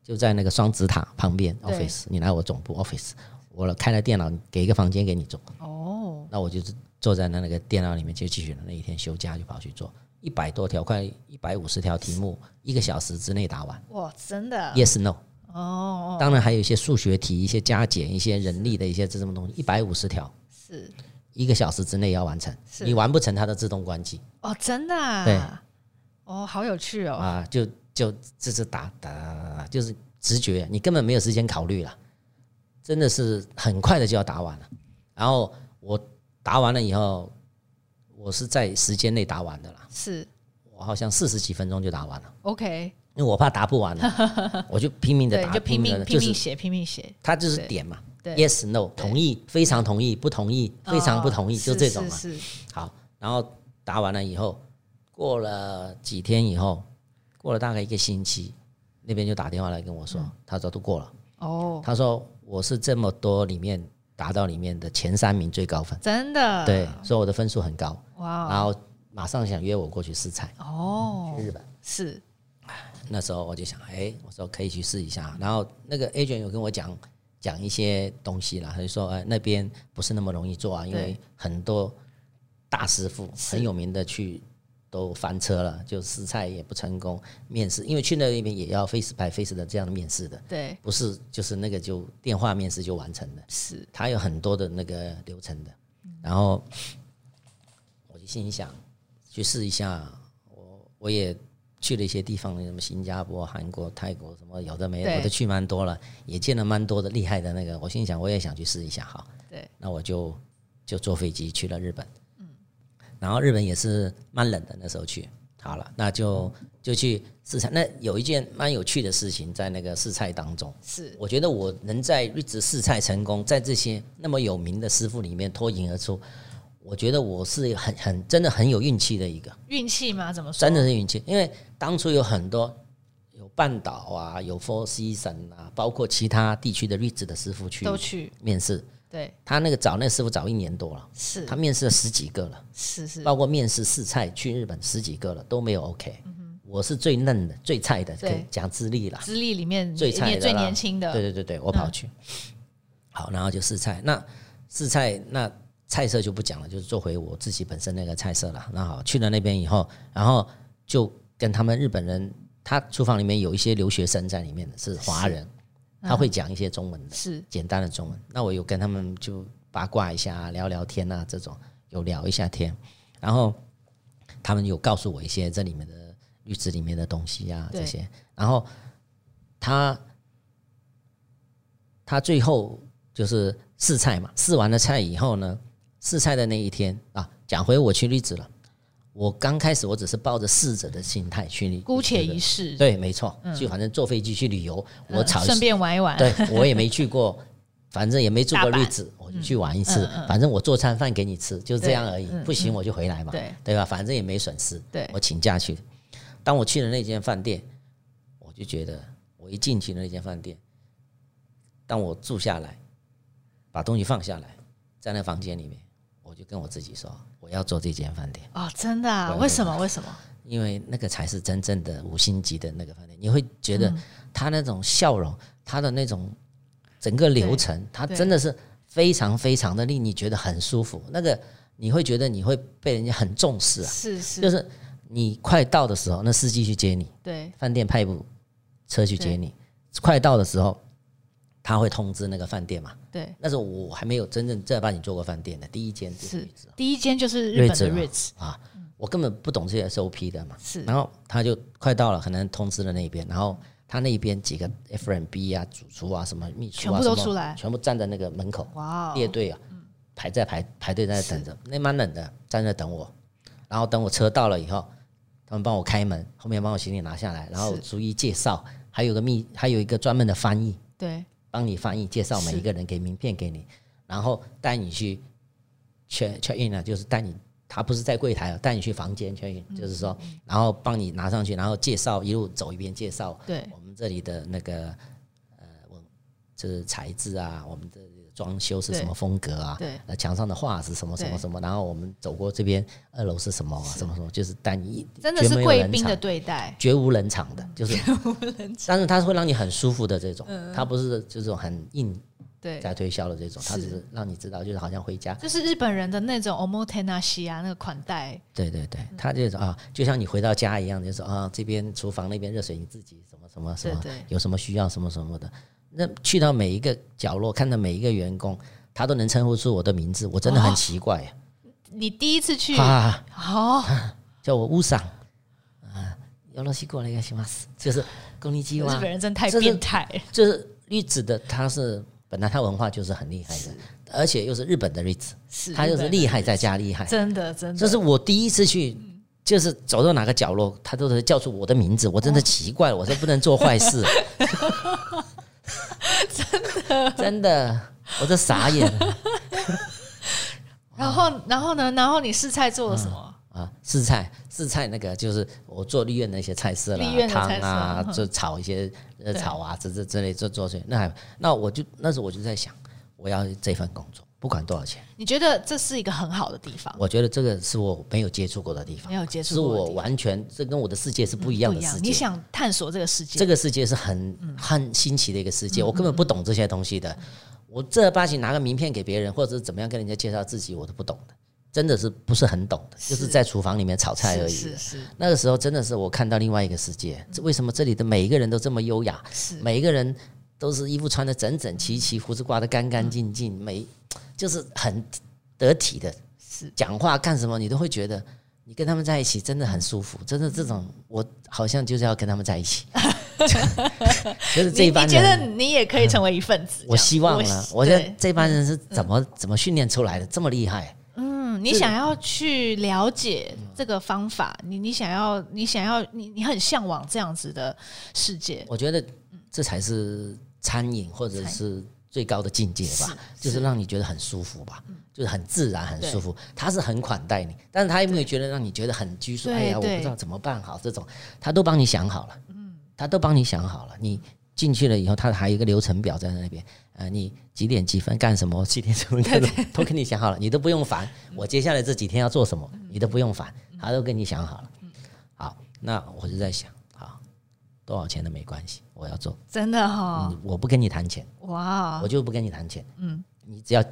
B: 就在那个双子塔旁边
A: 嗯对
B: office，你来我总部 office，我开了电脑给一个房间给你做。
A: 哦，
B: 那我就是坐在那那个电脑里面就继续了。那一天休假就跑去做一百多条，快一百五十条题目，一个小时之内答完。
A: 哇，真的
B: Yes no，
A: 哦，
B: 当然还有一些数学题、一些加减、一些人力的一些这种东西，一百五十条，
A: 是
B: 一个小时之内要完成，
A: 是
B: 你完不成它的自动关机
A: 哦，真的、啊、
B: 对，
A: 哦，好有趣哦，
B: 啊，就就这是打打，就是直觉，你根本没有时间考虑了，真的是很快的就要打完了。然后我答完了以后，我是在时间内答完的啦，
A: 是
B: 我好像四十几分钟就答完了，
A: OK，
B: 因为我怕答不 完了，我就拼命的
A: 对，
B: 答，
A: 就拼命
B: 的，
A: 拼
B: 就
A: 命
B: 是
A: 写，拼命写，
B: 它就是
A: 对
B: 点嘛。
A: 对
B: yes no 同意非常同意不同意非常不同意、
A: 哦
B: 就是这种嘛。啊
A: 是是
B: 好，然后答完了以后，过了几天以后，过了大概一个星期，那边就打电话来跟我说，他说都过了，
A: 哦，
B: 他说我是这么多里面达到里面的前三名最高分，
A: 真的，
B: 对，，所以我的分数很高，
A: 哇
B: 然后马上想约我过去试菜，
A: 哦，
B: 去日本。
A: 是
B: 那时候我就想，哎，我说可以去试一下。然后那个 agent 有跟我讲讲一些东西啦，他就说，哎，那边不是那么容易做啊，因为很多大师傅
A: 是
B: 很有名的去都翻车了，就试菜也不成功，面试，因为去那边也要 face by face 的这样的面试的，
A: 对，
B: 不是就是那个就电话面试就完成的，
A: 是
B: 他有很多的那个流程的。然后我就心里想，去试一下。我我也去了一些地方，什么新加坡、韩国、泰国，什么有的没的，
A: 对
B: 我都去蛮多了，也见了蛮多的厉害的那个。我心里想，我也想去试一下哈。
A: 对，嗯
B: 那我就就坐飞机去了日本。然后日本也是蛮冷的，那时候去。好了，那就就去试菜。那有一件蛮有趣的事情，在那个试菜当中，
A: 是
B: 我觉得我能在日子试菜成功，在这些那么有名的师傅里面脱颖而出，我觉得我是很很真的很有运气的一个，
A: 运气吗？怎么说？
B: 真的是运气。因为当初有很多有半岛啊，有 Four Season 啊，包括其他地区的日子的师傅去
A: 都去，
B: 面试，
A: 对，
B: 他那个找那个师傅找一年多了，
A: 是
B: 他面试了十几个了，
A: 是是，
B: 包括面试试菜去日本十几个了都没有 OK。我是最嫩的、最菜的，可
A: 嗯对
B: 以讲资历啦。
A: 资历里面
B: 最
A: 你
B: 菜
A: 也
B: 的
A: 最
B: 啦
A: 年轻的，
B: 对对对对，我跑去。好，然后就试菜。那试菜，那菜色就不讲了，就是做回我自己本身那个菜色了。那好，去了那边以后，然后就跟他们日本人，他厨房里面有一些留学生在里面的是华人，他会讲一些中文的，
A: 是
B: 简单的中文。那我有跟他们就八卦一下，聊聊天啊，这种有聊一下天。然后他们有告诉我一些这里面的绿植里面的东西啊
A: 对
B: 这些。然后他他最后就是试菜嘛，试完了菜以后呢，试菜的那一天啊，讲回我去绿植了。我刚开始我只是抱着试着的心态去，
A: 姑且一试，
B: 对，没错，就反正坐飞机去旅游，
A: 嗯，
B: 我炒一
A: 顺便玩一玩，
B: 对我也没去过，反正也没住过日子，我就去玩一
A: 嗯
B: 次。反正我做餐饭给你吃，就这样而已。不行我就回来嘛，
A: 对
B: 对吧？反正也没损失，
A: 对
B: 我请假去。当我去了那间饭店，我就觉得，我一进去那间饭店，当我住下来，把东西放下来，在那房间里面，我就跟我自己说，我要做这间饭店。
A: 哦，真的啊？
B: 对
A: 为什么？为什么？
B: 因为那个才是真正的五星级的那个饭店，你会觉得他那种笑容，他的那种整个流程，他真的是非常非常的令你觉得很舒服。那个你会觉得你会被人家很重视啊，
A: 是，
B: 就是是你快到的时候，那司机去接你，
A: 对，
B: 饭店派部车去接你，快到的时候他会通知那个饭店嘛。
A: 对，
B: 那时候我还没有真正正儿八经做过饭店的，第一间就是是
A: 第一间就是日本的
B: Ritz
A: Ritz，
B: 啊，我根本不懂这些 SOP 的嘛。
A: 是
B: 然后他就快到了，可能通知了那边，然后他那边几个 F&B 啊、主厨啊、什么秘书啊，
A: 全部都
B: 什么
A: 出来
B: 全部站在那个门口
A: 哇
B: 列
A: 哦，
B: 队啊，排在排排队在那等着，那蛮冷的，站在等我。然后等我车到了以后，他们帮我开门，后面帮我行李拿下来，然后
A: 是
B: 逐一介绍，还有个秘，还有一个专门的翻译
A: 对，
B: 帮你翻译，介绍每
A: 是
B: 一个人给名片给你，然后带你去 check check in 啊，就是带你，他不是在柜台啊，带你去房间 check
A: 嗯
B: in，就是说，然后帮你拿上去，然后介绍一路走一边介绍
A: 对，
B: 我们这里的那个呃，我就是材质啊，我们这里的装修是什么风格啊，
A: 对，
B: 呃，墙上的画是什么什么
A: 对
B: 什么，然后我们走过这边二楼是什么啊什么什么，就是带你一
A: 真的
B: 绝
A: 是
B: 没有
A: 贵
B: 人
A: 宾
B: 场
A: 的对待，
B: 绝无冷场的，就是，但是它会让你很舒服的这种，它不是这种很硬
A: 对，
B: 在推销的这种，
A: 嗯
B: 他
A: 是
B: 只是让你知道，就是好像回家，
A: 就是日本人的那种 omotenashi 啊，那个款待，
B: 对对对，他就是啊，就像你回到家一样，就是啊，这边厨房那边热水你自己什么什么什
A: 对
B: 么，
A: 对
B: 有什么需要什么什么的。那去到每一个角落，看到每一个员工，他都能称呼出我的名字，我
A: 哦
B: 真的很奇怪啊呀、
A: 你第一次去，
B: 啊，
A: 哦，
B: 叫我乌桑啊，よろしくお願いします，就是公尼基
A: 日
B: 哇
A: 本，人真的太
B: 这是
A: 变态，
B: 就是日子的，他是本来他文化就是很厉害的，而且又是日本的日子，
A: 是，
B: 他就是
A: 日
B: 厉害再加厉害
A: 本人，，真的真的，
B: 这是我第一次去，就是走到哪个角落，他都是叫出我的名字，我真的奇怪，我说不能做 坏事，真的 真的，我这傻眼了
A: 然后然后呢，然后你试菜做了什么？
B: 啊！试菜试菜那个就是我做立院的一些菜色啦
A: 立院，的
B: 汤
A: 菜色
B: 啊，
A: 嗯
B: 就炒一些呃
A: 对
B: 炒啊，这这之类做做出来，那还那我就那时候我就在想，我要这份工作，不管多少钱，
A: 你觉得这是一个很好的地方，
B: 嗯我觉得这个是我没有接触过的地方
A: 没。有接触
B: 是
A: 过的
B: 我
A: 地方，嗯
B: 完全，这跟我的世界是不一
A: 不
B: 样的世界。
A: 你想嗯探索这个世界，
B: 这个世界是很很新奇的一个世
A: 嗯
B: 界，我根本不懂这些东西的。我正儿八经拿个名片给别人，或者是怎么样跟人家介绍自己，我都不懂的，真的是不是很懂的，就是在厨房里面炒菜而已
A: 是。是
B: 那个时候真的是我看到另外一个世界，这为什么这里的每一个人都这么优雅，
A: 嗯是是，
B: 每一个人都是衣服穿的整整齐齐，胡子刮得干干净净，
A: 嗯
B: 每就是很得体的，
A: 是
B: 讲话干什么你都会觉得你跟他们在一起真的很舒服，真的这种
A: 嗯
B: 我好像就是要跟他们在 一起，就是这
A: 你
B: 一班
A: 你觉得
B: 人。
A: 你也可以成为一份子？
B: 我
A: 这样
B: 希望了，我觉得
A: 对
B: 这帮人是怎么怎么训练出来的，这么厉害？
A: 嗯，你
B: 是
A: 想要去了解这个方法，你你想要你想要你你很向往这样子的世界，
B: 我觉得这才是餐饮或者
A: 餐饮
B: 是最高的境界吧，就是让你觉得很舒服吧，就是很自然、很
A: 嗯对
B: 舒服。他是很款待你，但是他也没有觉得让你觉得很拘束。
A: 对
B: 哎呀，我不
A: 对嗯
B: 知道怎么办好，这种他都帮你想好了，他都帮你想好了。你进去了以后，他还有一个流程表在那边。呃，你几点几分干什么？ 几点几分干什么？都给你想好了，你都不用烦。
A: 嗯
B: 我接下来这几天要做什么，你都不用烦，他都给你想好了。
A: 嗯
B: 好，那我就在想，好，多少钱都没关系，我要做。
A: 真的哈、
B: 嗯，我不跟你谈钱，
A: 哇
B: 我就不跟你谈钱。嗯，你只要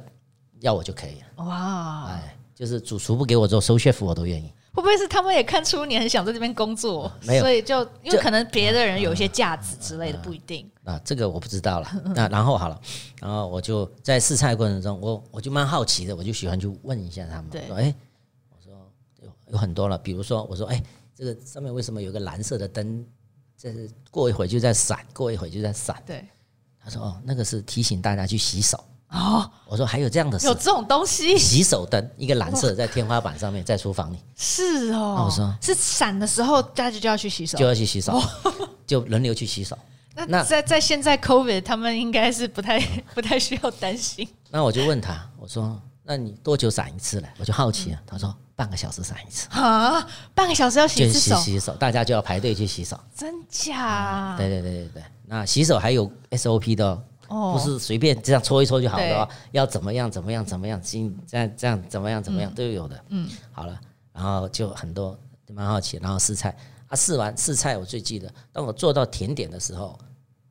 B: 要我就可以了。
A: 哇，
B: 哎，就是主厨不给我做，收 chef 我都愿意。
A: 会不会是他们也看出你很想在这边工作，
B: 嗯没有
A: 所以就因为可能别的人有一些价值之类的，不一定。
B: 啊，这个我不知道了。那然后好了，然后我就在试菜过程中，我我就蛮好奇的，我就喜欢去问一下他们。
A: 对
B: 说哎，我说有有很多了，比如说我说哎，这个上面为什么有个蓝色的灯？这是过一会儿就在闪，过一会儿就在闪。
A: 对，
B: 他说哦，那个是提醒大家去洗手。
A: 哦，
B: 我说还有这样的事
A: 有，这种东西
B: 洗手灯一个蓝色在天花板上面，在厨房里。
A: 是
B: 那
A: 哦
B: 我说，
A: 是闪的时候大家就要去洗手
B: 就。要去洗手，
A: 哦
B: 就轮流去洗手。
A: 那
B: 那
A: 在在现在 COVID，他们应该是不太 不太需要担心。
B: 那我就问他，我说：“那你多久闪一次呢？”我就好奇啊，他说：“半个小时闪一次，
A: 啊，半个小时要洗
B: 就
A: 一次
B: 是洗
A: 手，
B: 洗手，啊大家就要排队去洗手。
A: 真假？
B: 对对对对对，那洗手还有 SOP 的哦。
A: 哦
B: 不是随便这样搓一搓就好了哦，要怎么样怎么样怎么样，今这样这样怎么样怎么样都有的。嗯，好了，然后就很多蛮好奇，然后试菜啊，试完试菜我最记得，当我做到甜点的时候，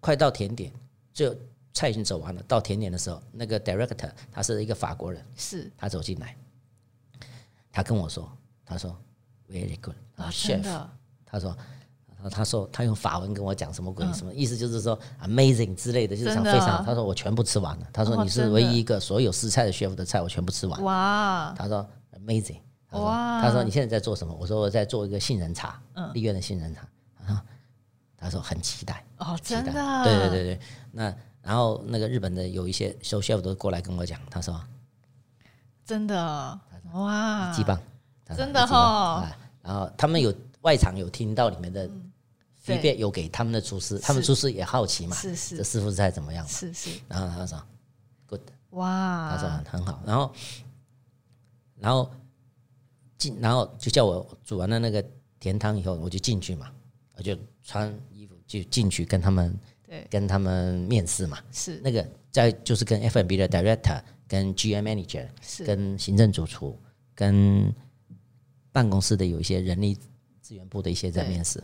B: 快到甜点，最后菜已经走完了，到甜点的时候，那个 director 他是一个法国人，
A: 是
B: 他走进来，他跟我说，他说 very good，
A: 啊，
B: 啊
A: 真
B: ，chef，
A: 的
B: 他说，他他说他用法文跟我讲什么鬼、什么意思，就是说 amazing 之类的，就是
A: 嗯真
B: 讲
A: 的
B: 非
A: 啊
B: 常好。他说我全部吃完了，他
A: 哦
B: 说你是
A: 真的
B: 唯一一个所有试菜的 chef 的菜我全部吃完。
A: 哇，
B: 他说 amazing，他说
A: 哇嗯
B: 他说你现在在做什么？我说我在做一个杏仁茶，丽苑的杏仁茶。他说他说很期待，
A: 哦，
B: 期
A: 真
B: 待。
A: 的，
B: 对对对对，那然后那个日本的有一些 show chef 都过来跟我讲，他说
A: 真的哇，
B: 鸡棒，他
A: 嗯
B: 说
A: 真的
B: 一级棒
A: 哦
B: 啊然后他们有外场有听到里面的
A: 嗯对
B: feedback，有给他们的厨师，他们
A: 是
B: 厨师也好奇嘛，
A: 是
B: 这
A: 是啊
B: 师傅菜怎么样嘛？
A: 是是，
B: 然后他说 good，他说
A: 哇，
B: 很好，然后然后进，然后就叫我煮完了那个甜汤以后，我就进去嘛，我就穿衣服就进去跟他们
A: 对，
B: 跟他们面试嘛，
A: 是
B: 那个在就是跟 F&B 的 director 跟 GM manager
A: 是
B: 跟行政主厨、跟办公室的有一些人力资源部的一些在
A: 对
B: 面试。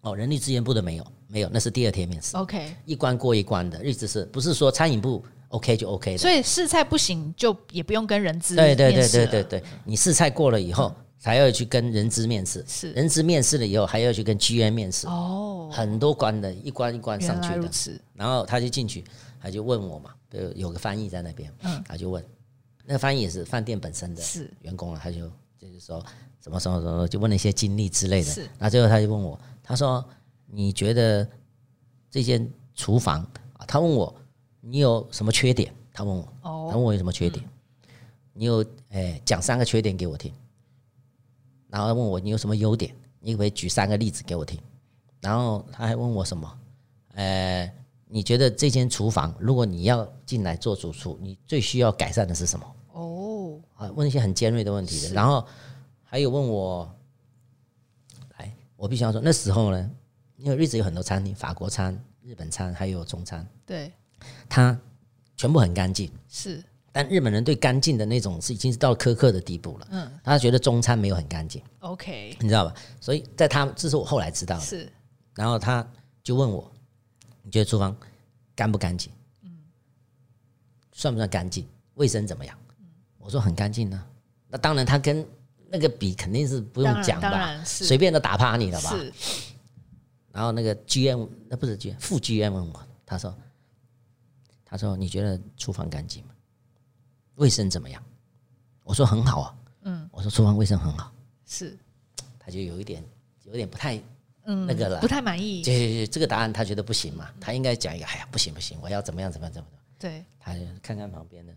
B: 哦，人力
A: 哦
B: 资源部的没有，没有，那是第二天面试，
A: ，OK，
B: 一关过一关的日子是不是说餐饮部 OK 就 OK 了。
A: 所以试菜不行，就也不用跟人资
B: 对对
A: 面
B: 对
A: 试
B: 对
A: 了嗯
B: 对对，你试菜过了以后，才要去跟人资面试，
A: 是
B: 人资面试了以后，还要去跟 GM 面试，
A: 哦，
B: 很多关的，一关一关上
A: 原
B: 去
A: 来如
B: 的。
A: 此，
B: 然后他就进去，他就问我嘛，呃，有个翻译在那边，
A: 嗯
B: 他就问，那个翻译也是饭店本身的
A: 是
B: 员工了，他就就是说什么什么什么，就问了一些经历之类的
A: 是。
B: 那最后他就问我，他说你觉得这间厨房啊？他问我你有什么缺点？他问我，他
A: 哦，
B: 问我有什么缺点？你有哎讲三个缺点给我听，然后他问我你有什么优点？你可不可以举三个例子给我听？然后他还问我什么？呃，你觉得这间厨房如果你要进来做主厨，你最需要改善的是什么？
A: 哦，
B: 啊，问一些很尖锐的问题的。然后还有问我，来，我必须要说，那时候呢，因为日子有很多餐厅，法国餐、日本餐还有中餐，
A: 对，
B: 它全部很干净。
A: 是
B: 但日本人对干净的那种是已经是到了苛刻的地步了，
A: 嗯
B: 他觉得中餐没有很干净，
A: ，OK，
B: 你知道吧？所以在他这是我后来知道的，
A: 是
B: 然后他就问我，你觉得厨房干不干净？算不算干净？卫生怎么样？我说很干净呢。那当然，他跟那个比肯定是不
A: 当
B: 用
A: 然
B: 讲
A: 当
B: 吧，
A: 然是
B: 随便都打趴你了吧？
A: 是
B: 然后那个 GM 那不是 GM 副 GM 问我，他说，他说你觉得厨房干净吗？卫生怎么样？我说很好啊，嗯，我说厨房卫生很好，
A: 是，
B: 他就有一点有点不太
A: 嗯，
B: 那个了
A: 不太满意，
B: 对对对，这个答案他觉得不行嘛，他应该讲一个，哎呀，不行不行，我要怎么样怎么样怎么样。
A: 对，
B: 他就看看旁边的，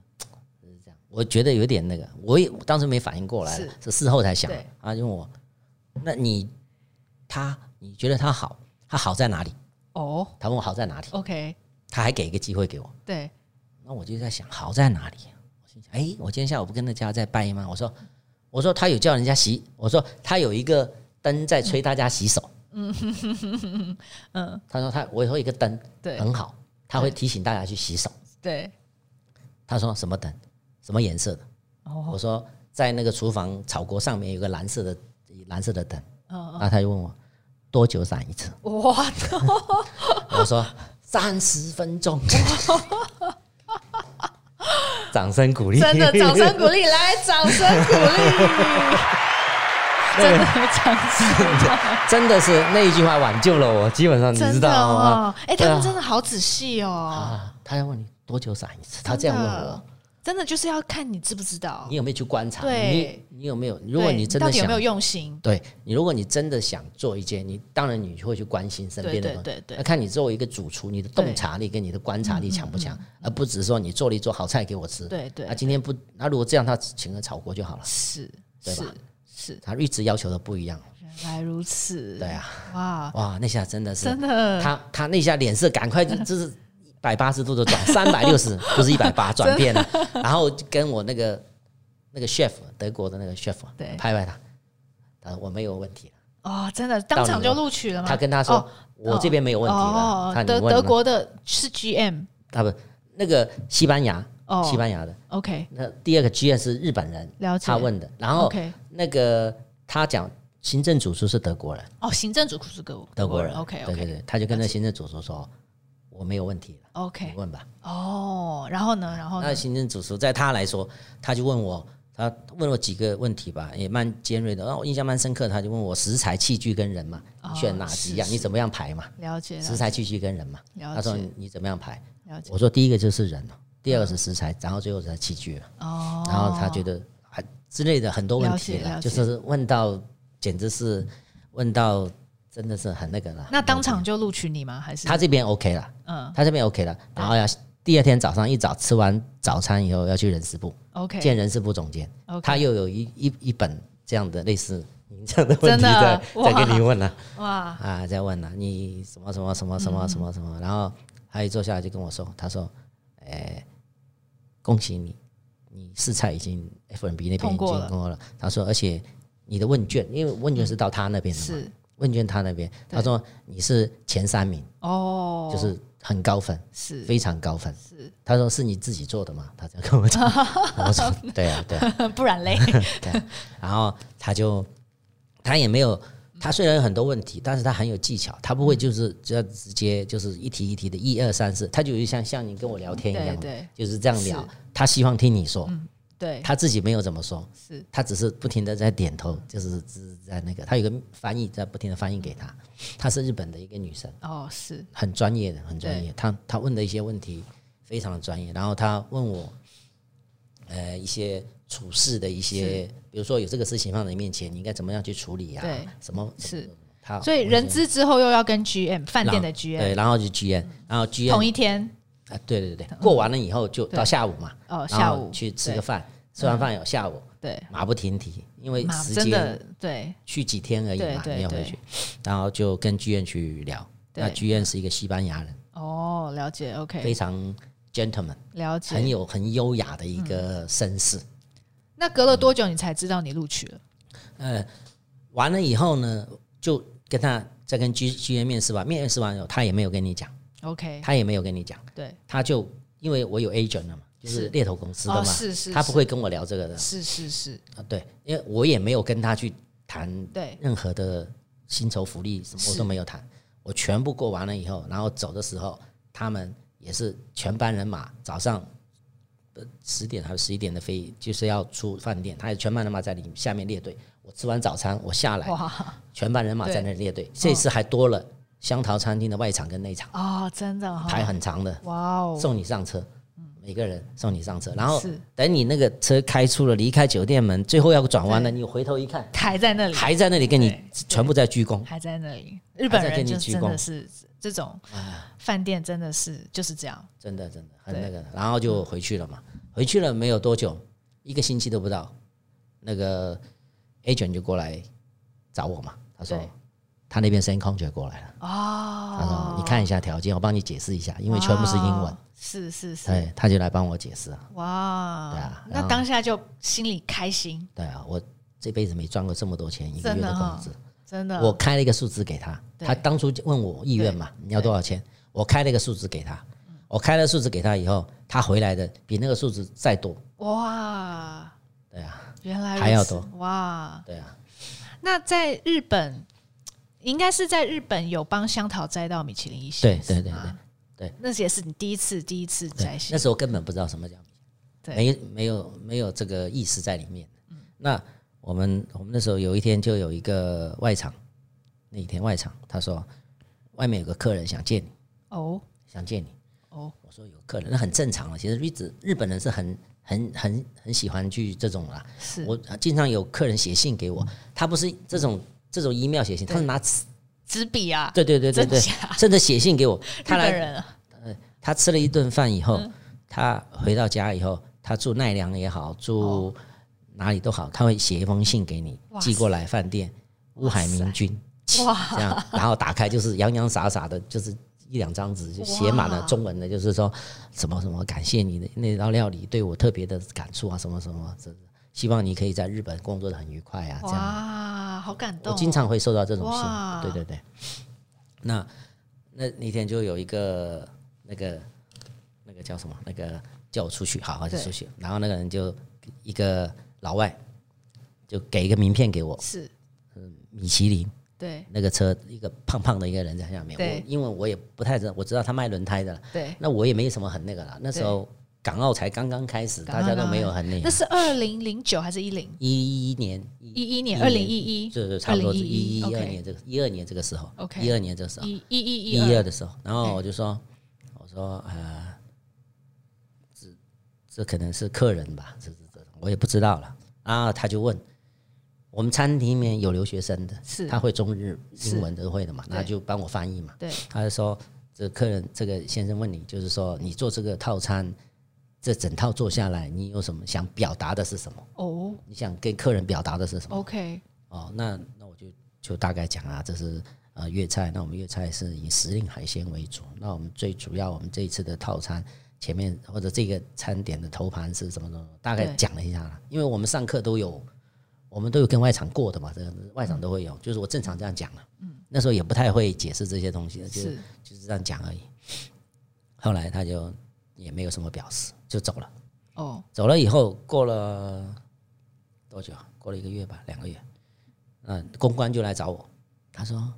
B: 就是这样。我觉得有点那个，我也我当时没反应过来
A: 是，
B: 是事后才想
A: 对。
B: 他就问我，那你他你觉得他好，他好在哪里？
A: 哦
B: 他问我好在哪里，
A: ，OK，
B: 他还给一个机会给我。
A: 对，
B: 那我就在想好在哪里？我心想，哎，我今天下午不跟那家在拜吗？我说，我说他有叫人家洗，我说他有一个灯在催大家洗手。 嗯，他说他我有一个灯，
A: 对，
B: 很好，他会提醒大家去洗手。
A: 对，
B: 他说什么灯，什么颜色的？
A: 哦，
B: 我说在那个厨房炒锅上面有个蓝色的蓝色的灯，
A: 嗯，
B: 然后他就问我多久闪一次？
A: 嗯 哇，
B: 我说三十分 钟。掌声鼓励，
A: 真的，掌声鼓励，来，掌声鼓励，真的，掌声， 啊
B: 真的是那一句话挽救了我，基本 上你知
A: 真的
B: 道吗？
A: 哦，哎，他们真的好仔细哦，
B: 啊，他要问你多久闪一次，他这样问
A: 真
B: 我
A: 的，，真的就是要看你知不知道
B: 你，有没有去观察？
A: 对
B: 你你有没有？如果
A: 对
B: 你真
A: 到
B: 的
A: 底有
B: 想
A: 没有用心，
B: 对你，如果你真的想做一件，你当然你会去关心身边的
A: 对
B: 东西。
A: 对对对
B: 那看你作为一个主厨，你的洞察力跟你的观察力强不强，而不只是说你做了一桌好菜给我吃。
A: 嗯对对
B: 那、，今天不，那如果这样，他请个炒锅就好了。
A: 是
B: 对
A: 是
B: 吧
A: 是，
B: 他一直要求的不 一样。
A: 原来如此，
B: 对啊，
A: 哇，
B: 哇，那下真的是
A: 真的，
B: 他他那下脸色赶快就就是一百八十度的转，三百六十不是一百八转变了。 然后跟我那个那个 chef 德国的那个 chef
A: 对
B: 拍拍他，他说我没有问题了。
A: 哦，真的当场就录取了吗？
B: 他跟他说、
A: 哦
B: 我这边没有问题了。他
A: 哦，
B: 你
A: 德
B: 问了
A: 德
B: 吗
A: 国的是 GM
B: 啊不，那个西班牙，
A: 哦
B: 西班牙的。
A: OK
B: 那第二个 GM 是日本人，
A: 了解
B: 他问的。然后
A: OK
B: 那个他讲行政主厨是德国人，
A: 哦，行政主厨是德国
B: 德国人。
A: OK
B: 对对
A: OK
B: 对，他就跟那行政主厨说，我没有问题了，你
A: OK
B: 问吧。
A: 哦，然后呢，然后呢
B: 那行政主厨在他来说，他就问我，他问我几个问题吧，也蛮尖锐的，让我印象蛮深刻。他就问我食材、器具跟人嘛，
A: 哦
B: 你选哪几样？
A: 是
B: 你怎么样排嘛？
A: 了解
B: 食
A: 了
B: 材、器具跟人嘛。他
A: 了
B: 说
A: 解
B: 你你怎么样排？
A: 了解
B: 我说第一个就是人了，第二个是食材，然后最后才器具了。
A: 哦，
B: 然后他觉得啊之类的很多问题
A: 了
B: 了，
A: 解
B: 就
A: 了解
B: 是问到简直是问到真的是很那个了。
A: 那当场就录取你吗？还是
B: 他这边 OK 了，
A: 嗯
B: 他这边 OK 了，然后要第二天早上一早吃完早餐以后要去人事部。
A: OK
B: 见人事部总监，
A: OK
B: 他又有一一一本这样的类似您这样的问
A: 真
B: 题
A: 的啊
B: 在
A: 哇
B: 在跟你问了
A: 哇嗯
B: 啊，在问了你什么什么什么什么什么什么，然后他一坐下来就跟我说，他说，哎、恭喜你，你试菜已经 F&B 那边
A: 通
B: 已经
A: 过了嗯
B: 通过了，他说，而且你的问卷，因为问卷是到他那边的嘛，
A: 是
B: 问卷他那边，他说你是前三名，
A: 哦，
B: 就是很高分。
A: 是
B: 非常高分，他说是你自己做的吗？他这样 跟我讲，我说 对啊，对啊，
A: 不然嘞
B: 然后他就他也没有，它虽然有很多问题，但是它很有技巧，它不会就是只要直接就是一题一题的，一二三四，它就像像你跟我聊天一样，
A: 对
B: 就是这样聊
A: 是。嗯
B: 他希望听你说，
A: 对，
B: 他自己没有怎么说，
A: 是
B: 他只是不停的在点头，就是只是在那个，他有个翻译在不停的翻译给他。她是日本的一个女生，
A: 哦是
B: 很专业的，很专业。她她问的一些问题非常的专业，然后她问我，呃，一些处事的一些，比如说有这个事情放在你面前，你应该怎么样去处理啊
A: 对？
B: 什么？
A: 是，
B: 她
A: 所以人资之后又要跟 GM 饭店的 GM
B: 对，然后就 GM，然后 GM
A: 同一天
B: 啊，对对对，过完了以后就
A: 对
B: 到下午嘛，
A: 哦
B: 然
A: 下
B: 后
A: 午
B: 去吃
A: 对
B: 个饭，吃完饭有下午，
A: 对，
B: 马不停蹄，因为
A: 妈
B: 时
A: 真
B: 间
A: 的对
B: 去几天而已
A: 对
B: 嘛，
A: 对
B: 没有回
A: 对
B: 去，然后就跟剧院去聊。那
A: 对
B: 剧院是一个西班牙人，
A: 哦了解
B: 非
A: OK
B: 常 gentleman，
A: 了解
B: 很。有很优雅的一
A: 嗯
B: 个绅士。
A: 那隔了多久你才知道你录取了？
B: 呃，完了以后呢，就跟他再跟剧剧院面试完，面试完以后他也没有跟你讲，
A: OK，
B: 他也没有跟你讲，
A: 对，
B: 他就因为我有 agent 了嘛，就是
A: 是
B: 猎头公司的
A: 哦，
B: 嘛，
A: 是是，
B: 他不会跟我聊这个的。
A: 是，是是是，
B: 啊，对，因为我也没有跟他去谈
A: 对，
B: 任何的薪酬福利，什么我
A: 是
B: 都没有谈，我全部过完了以后，然后走的时候，他们也是全班人马，早上呃十点还是十一点的飞，就是要出饭店，他也全班人马在里下面列队。我吃完早餐，我下来，
A: 哇，
B: 全班人马在那里列队。这次还多了香桃餐厅的外场跟内场，
A: 哦，真的哈，
B: 排很长的，
A: 哇哦，嗯
B: 送你上车。每个人送你上车，然后
A: 是
B: 等你那个车开出了离开酒店门，最后要转弯了，你回头一看，
A: 还在那里，
B: 还在那里跟你
A: 对
B: 全部在鞠躬，
A: 还在那里。日本
B: 还
A: 人
B: 在跟你
A: 就
B: 鞠
A: 真的
B: 躬啊
A: 是这种饭店，真的是就是这样。
B: 真的真的
A: 对
B: 很那个的。然后就回去了嘛，回去了没有多久，一个星期都不到，那个 agent 就过来找我嘛，他说
A: 对
B: 他那边 send contract 过来了，
A: 哦，啊
B: 他说你看一下条件，我帮你解释一下，因为全部是英文
A: 哇，，是是是，
B: 对，他就来帮我解释啊，
A: 哇，
B: 对啊
A: 那
B: 然后
A: 当下就心里开心，
B: 对啊，我这辈子没赚过这么多钱，一个
A: 真
B: 月
A: 的
B: 的
A: 哈
B: 工资，
A: 真的，
B: 我开了一个数字给他，
A: 对
B: 他当初就问我意愿嘛，你要多少钱？我开了一个数字给他，我开了数字给他以后，他回来的比那个数字再多，
A: 哇，
B: 对啊，
A: 原来如此
B: 还要多
A: 哇。
B: 对啊，
A: 那在日本，应该是在日本有帮香桃摘到米其林一星，
B: 对对对
A: 是吗
B: 对，
A: 那也是你第一次第一次
B: 对
A: 摘，星
B: 那时候根本不知道什么叫米
A: 对
B: 没没有没有这个意识在里面。那我们我们那时候有一天就有一个外场，那一天外场他说外面有个客人想见你，
A: 哦
B: 想见你。
A: 哦，
B: 我说有客人，那很正常啊了。其实日子日本人是很很很很喜欢去这种啦。
A: 是
B: 我经常有客人写信给我，他不是这种这种 email 写信，他是拿纸
A: 纸笔啊，
B: 对对对对对
A: 真，
B: 甚至写信 给我。
A: 日
B: 他
A: 本
B: 来
A: 人啊
B: 他吃了一顿饭以
A: 嗯
B: 后，他回到家以后，他住奈良也好，住哪里都好，他会写一封信给你
A: 哦哇，塞
B: 寄过来饭店，乌海明君， 这样，然后打开就是洋洋洒洒的，就是。一两张纸就写满了
A: 哇
B: 中文的，就是说什么什么感谢你的那道料理对我特别的感触啊，什么什么，这希望你可以在日本工作的很愉快啊，这样。
A: 哇，好感
B: 我
A: 动哦，
B: 经常会收到这种信
A: 哇，
B: 对对对。那那那天就有一个那个那个叫什么？那个叫我出去，好好就
A: 对
B: 出去。然后那个人就一个老外，就给一个名片给我，
A: 是
B: 米其林
A: 对
B: 那个车，一个胖胖的一个人在下面。
A: 对
B: 我因为我也不太知道，我知道他卖轮胎的了，
A: 对，
B: 那我也没什么很那个了。那时候港澳才刚刚开始，
A: 港澳
B: 大家都
A: 刚
B: 没有很那
A: 那
B: 个。
A: 是二零零九还是一零
B: 一一年，一
A: 一一年？二
B: 11
A: 零一一，
B: 对对，差不多是
A: 2011
B: 一一二
A: OK
B: 年这个一二年这个时候
A: OK
B: 一二年这个时候。
A: 一一一
B: 一
A: 二
B: 二的时候，然后我就说，我说呃，这这可能是客人吧，这这这，我也不知道了。然后他就问，我们餐厅里面有留学生的，
A: 是
B: 他会中日
A: 是
B: 英文都会的嘛，
A: 对
B: 那就帮我翻译嘛。
A: 对
B: 他就说，这客人这个先生问你，就是说你做这个套餐，这整套做下来，你有什么想表达的是什么？
A: 哦
B: 你想跟客人表达的是什么？
A: ，OK，
B: 哦，那那我就就大概讲啊，这是呃粤菜，那我们粤菜是以时令海鲜为主，那我们最主要我们这一次的套餐前面或者这个餐点的头盘是什么什么，大概
A: 对
B: 讲了一下啦，因为我们上课都有。我们都有跟外场过的嘛，这个外场都会有，就是我正常这样讲了。嗯，那时候也不太会解释这些东西的，就是
A: 是
B: 就是这样讲而已。后来他就也没有什么表示，就走了。
A: 哦，
B: 走了以后，过了多久啊？过了一个月吧，两个月。嗯，公关就来找我，他说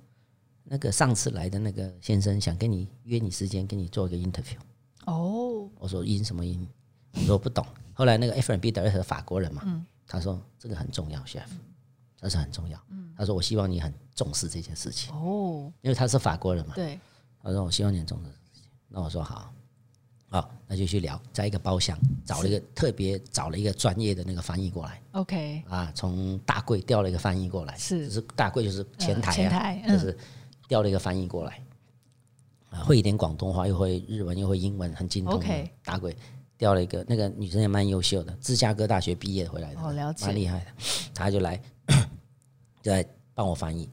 B: 那个上次来的那个先生想跟你约你时间，跟你做一个 interview。
A: 哦，
B: 我说因什么因？我说不懂。后来那个 F&B director 法国人嘛，他说这个很重要，chef，他说很重要。他说我希望你很重视这件事情，
A: 哦，
B: 因为他是法国人嘛。
A: 对，
B: 他说我希望你很重视这件事情。那我说好，好，那就去聊，在一个包厢找了一个特别找了一个专业的那个翻译过来
A: OK，
B: 啊，从大柜调了一个翻译过来，
A: 是
B: 就是大柜就是前台、啊
A: 呃前台嗯
B: 就是调了一个翻译过来，啊，会一点广东话，又会日文，又会英文，很精通的
A: OK
B: 大柜调了一个那个女生也蛮优秀的，芝加哥大学毕业回来的，
A: 哦了解
B: 蛮厉害的，她就来 就来帮我翻译。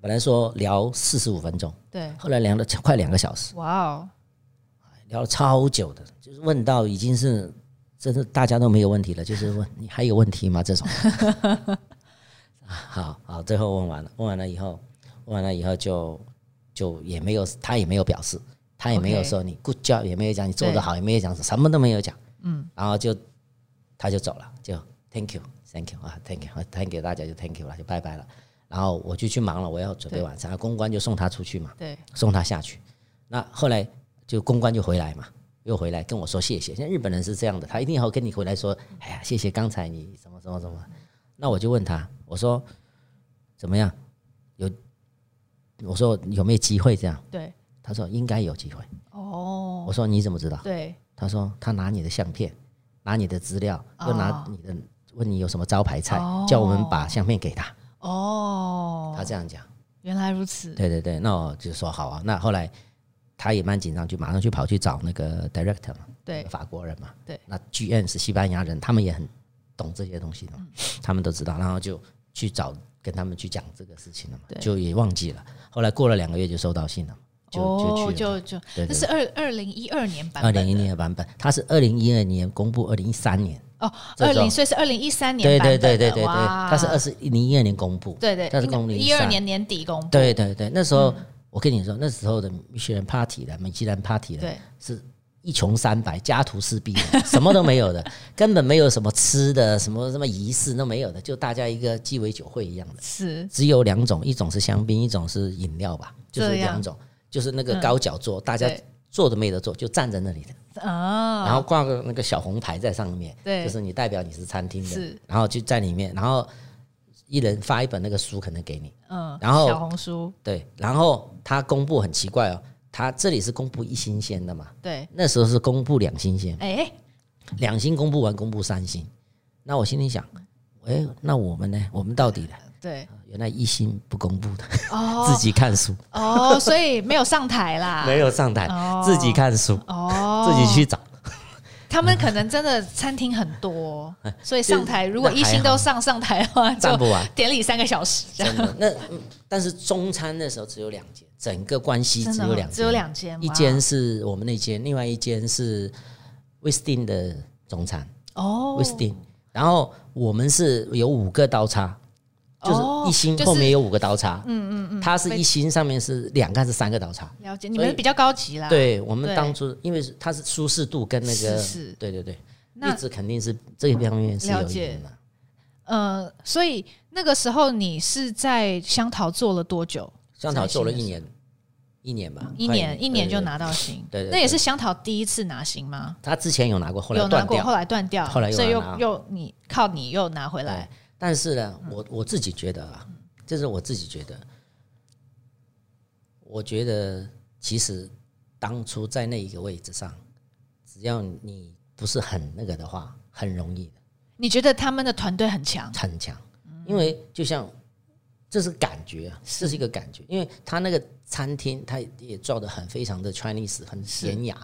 B: 本来说聊四十五分钟，
A: 对，
B: 后来聊了快两个小时，
A: 哇哦，
B: 聊了超久的，就是问到已经是真的大家都没有问题了，就是问你还有问题吗？这种。 啊好好，最后问完了，问完了以后，问完了以后就就也没有，他也没有表示，他也没有
A: OK
B: 说你 good job，也没有讲你做
A: 对
B: 得好，也没有讲什么都没有讲，嗯，然后就他就走了，就 thank you，thank you 啊，thank you，thank you 大家就 thank you 了，就拜拜了。然后我就去忙了，我要准备
A: 对
B: 晚餐，啊公关就送他出去嘛，
A: 对，
B: 送他下去。那后来就公关就回来嘛，又回来跟我说谢谢。像日本人是这样的，他一定要跟你回来说，哎呀，谢谢刚才你什么什么什么。那我就问他，我说怎么样？有我说有没有机会这样？
A: 对，
B: 他说应该有机会。
A: 哦，
B: 我说你怎么知道？
A: 对，
B: 他说他拿你的相片，拿你的资料，又拿
A: 哦
B: 你的问你有什么招牌菜
A: 哦，
B: 叫我们把相片给他。
A: 哦
B: 他，这样讲。
A: 原来如此，
B: 对对对，那我就说好啊。那后来他也蛮紧张，就马上去跑去找那个 director 嘛，
A: 对
B: 法国人嘛，
A: 对
B: 那 GM 是西班牙人，他们也很懂这些东西的
A: 嗯
B: 嘛，他们都知道，然后就去找跟他们去讲这个事情了嘛
A: 对，
B: 就也忘记了。后来过了两个月就收到信了嘛，就、
A: 哦，
B: 就去了。
A: 就就，
B: 对
A: 那
B: 对
A: 是二二零一二年版
B: 二
A: 本
B: 零一
A: 的
B: 零版本，它是二零一二年公布，二零一三年，
A: 哦，二
B: 这种
A: 零所以是二零一三年
B: 对
A: 版
B: 对
A: 本的
B: 对对对对，
A: 哇
B: 它是二十零一二年公布，
A: 对嗯对，
B: 它是公
A: 一二
B: 2013
A: 年年底公布，
B: 对对对，那时候、我跟你说，那时候的米其林 party 的米其林 party 的，
A: 对
B: 是一穷三白，家徒四壁的， 什么都没有的，根本没有什么吃的，什么什么仪式都没有的，就大家一个鸡尾酒会一样的，
A: 是
B: 只有两种，一种是香槟，一种是饮料吧，就是
A: 这样嗯
B: 两种，就是那个高脚座，大家
A: 对
B: 坐都没得坐，就站在那里的，
A: 啊，
B: 然后挂个那个小红牌在上面，
A: 对
B: 就是你代表你是餐厅的
A: 是，
B: 然后就在里面，然后一人发一本那个书，可能给你。
A: 嗯，
B: 然后
A: 小红书
B: 对，然后他公布很奇怪哦，他这里是公布一星鲜的嘛，
A: 对，
B: 那时候是公布两星鲜，
A: 哎，
B: 两星公布完公布三星，那我心里想，哎，那我们呢？我们到底呢？
A: 对，
B: 原来一星不公布的，
A: 哦
B: 自己看书，
A: 哦，所以没有上台啦，
B: 没有上台，
A: 哦
B: 自己看书，
A: 哦，
B: 自己去找。
A: 他们可能真的餐厅很多，所以上台
B: 哎就是
A: 如果一星
B: 那还
A: 都
B: 好
A: 上上台的话，
B: 站
A: 就
B: 不完，
A: 典礼三个小时这样。
B: 真 的。那嗯但是中餐那时候只有两间，整个关西
A: 真
B: 只
A: 的
B: 有
A: 哦
B: 两间，
A: 只有两间
B: 一
A: 哇
B: 间是我们那间，另外一间是威斯汀的中餐。
A: 哦
B: 威斯汀。然后我们是有五个刀叉，就是
A: 哦
B: 一星
A: 就是
B: 后面有五个刀叉。嗯嗯嗯，它是一星上面是两个还是三个刀叉？
A: 了解，你
B: 所以
A: 们比较高级啦。，
B: 对我们
A: 对
B: 当初因为是它是舒适度跟那
A: 是
B: 个
A: 是
B: 对对对，
A: 那
B: 位置肯定是这个方面是有
A: 了
B: 一
A: 解
B: 点的。
A: 呃，所以那个时候你是在香桃做了多久？
B: 香草做了一年，一年吧，
A: 一
B: 快
A: 年，一年就。
B: 对对对
A: 拿到星，
B: 对对对
A: 那也是香桃第一次拿星吗？
B: 他之前有拿过，后来
A: 有拿
B: 断
A: 过，
B: 掉
A: 后。来断掉，
B: 后来又
A: 所以
B: 拿
A: 又
B: 到
A: 又你靠你又拿回来嗯
B: 对，哎但是呢，我我自己觉得啊，这是我自己觉得，我觉得其实当初在那一个位置上，只要你不是很那个的话，很容易的
A: 你觉得他们的团队很强？
B: 很强，
A: 嗯
B: 因为就像这是感觉啊，这是一个感觉，因为他那个餐厅他也做的很非常的 Chinese，很典雅。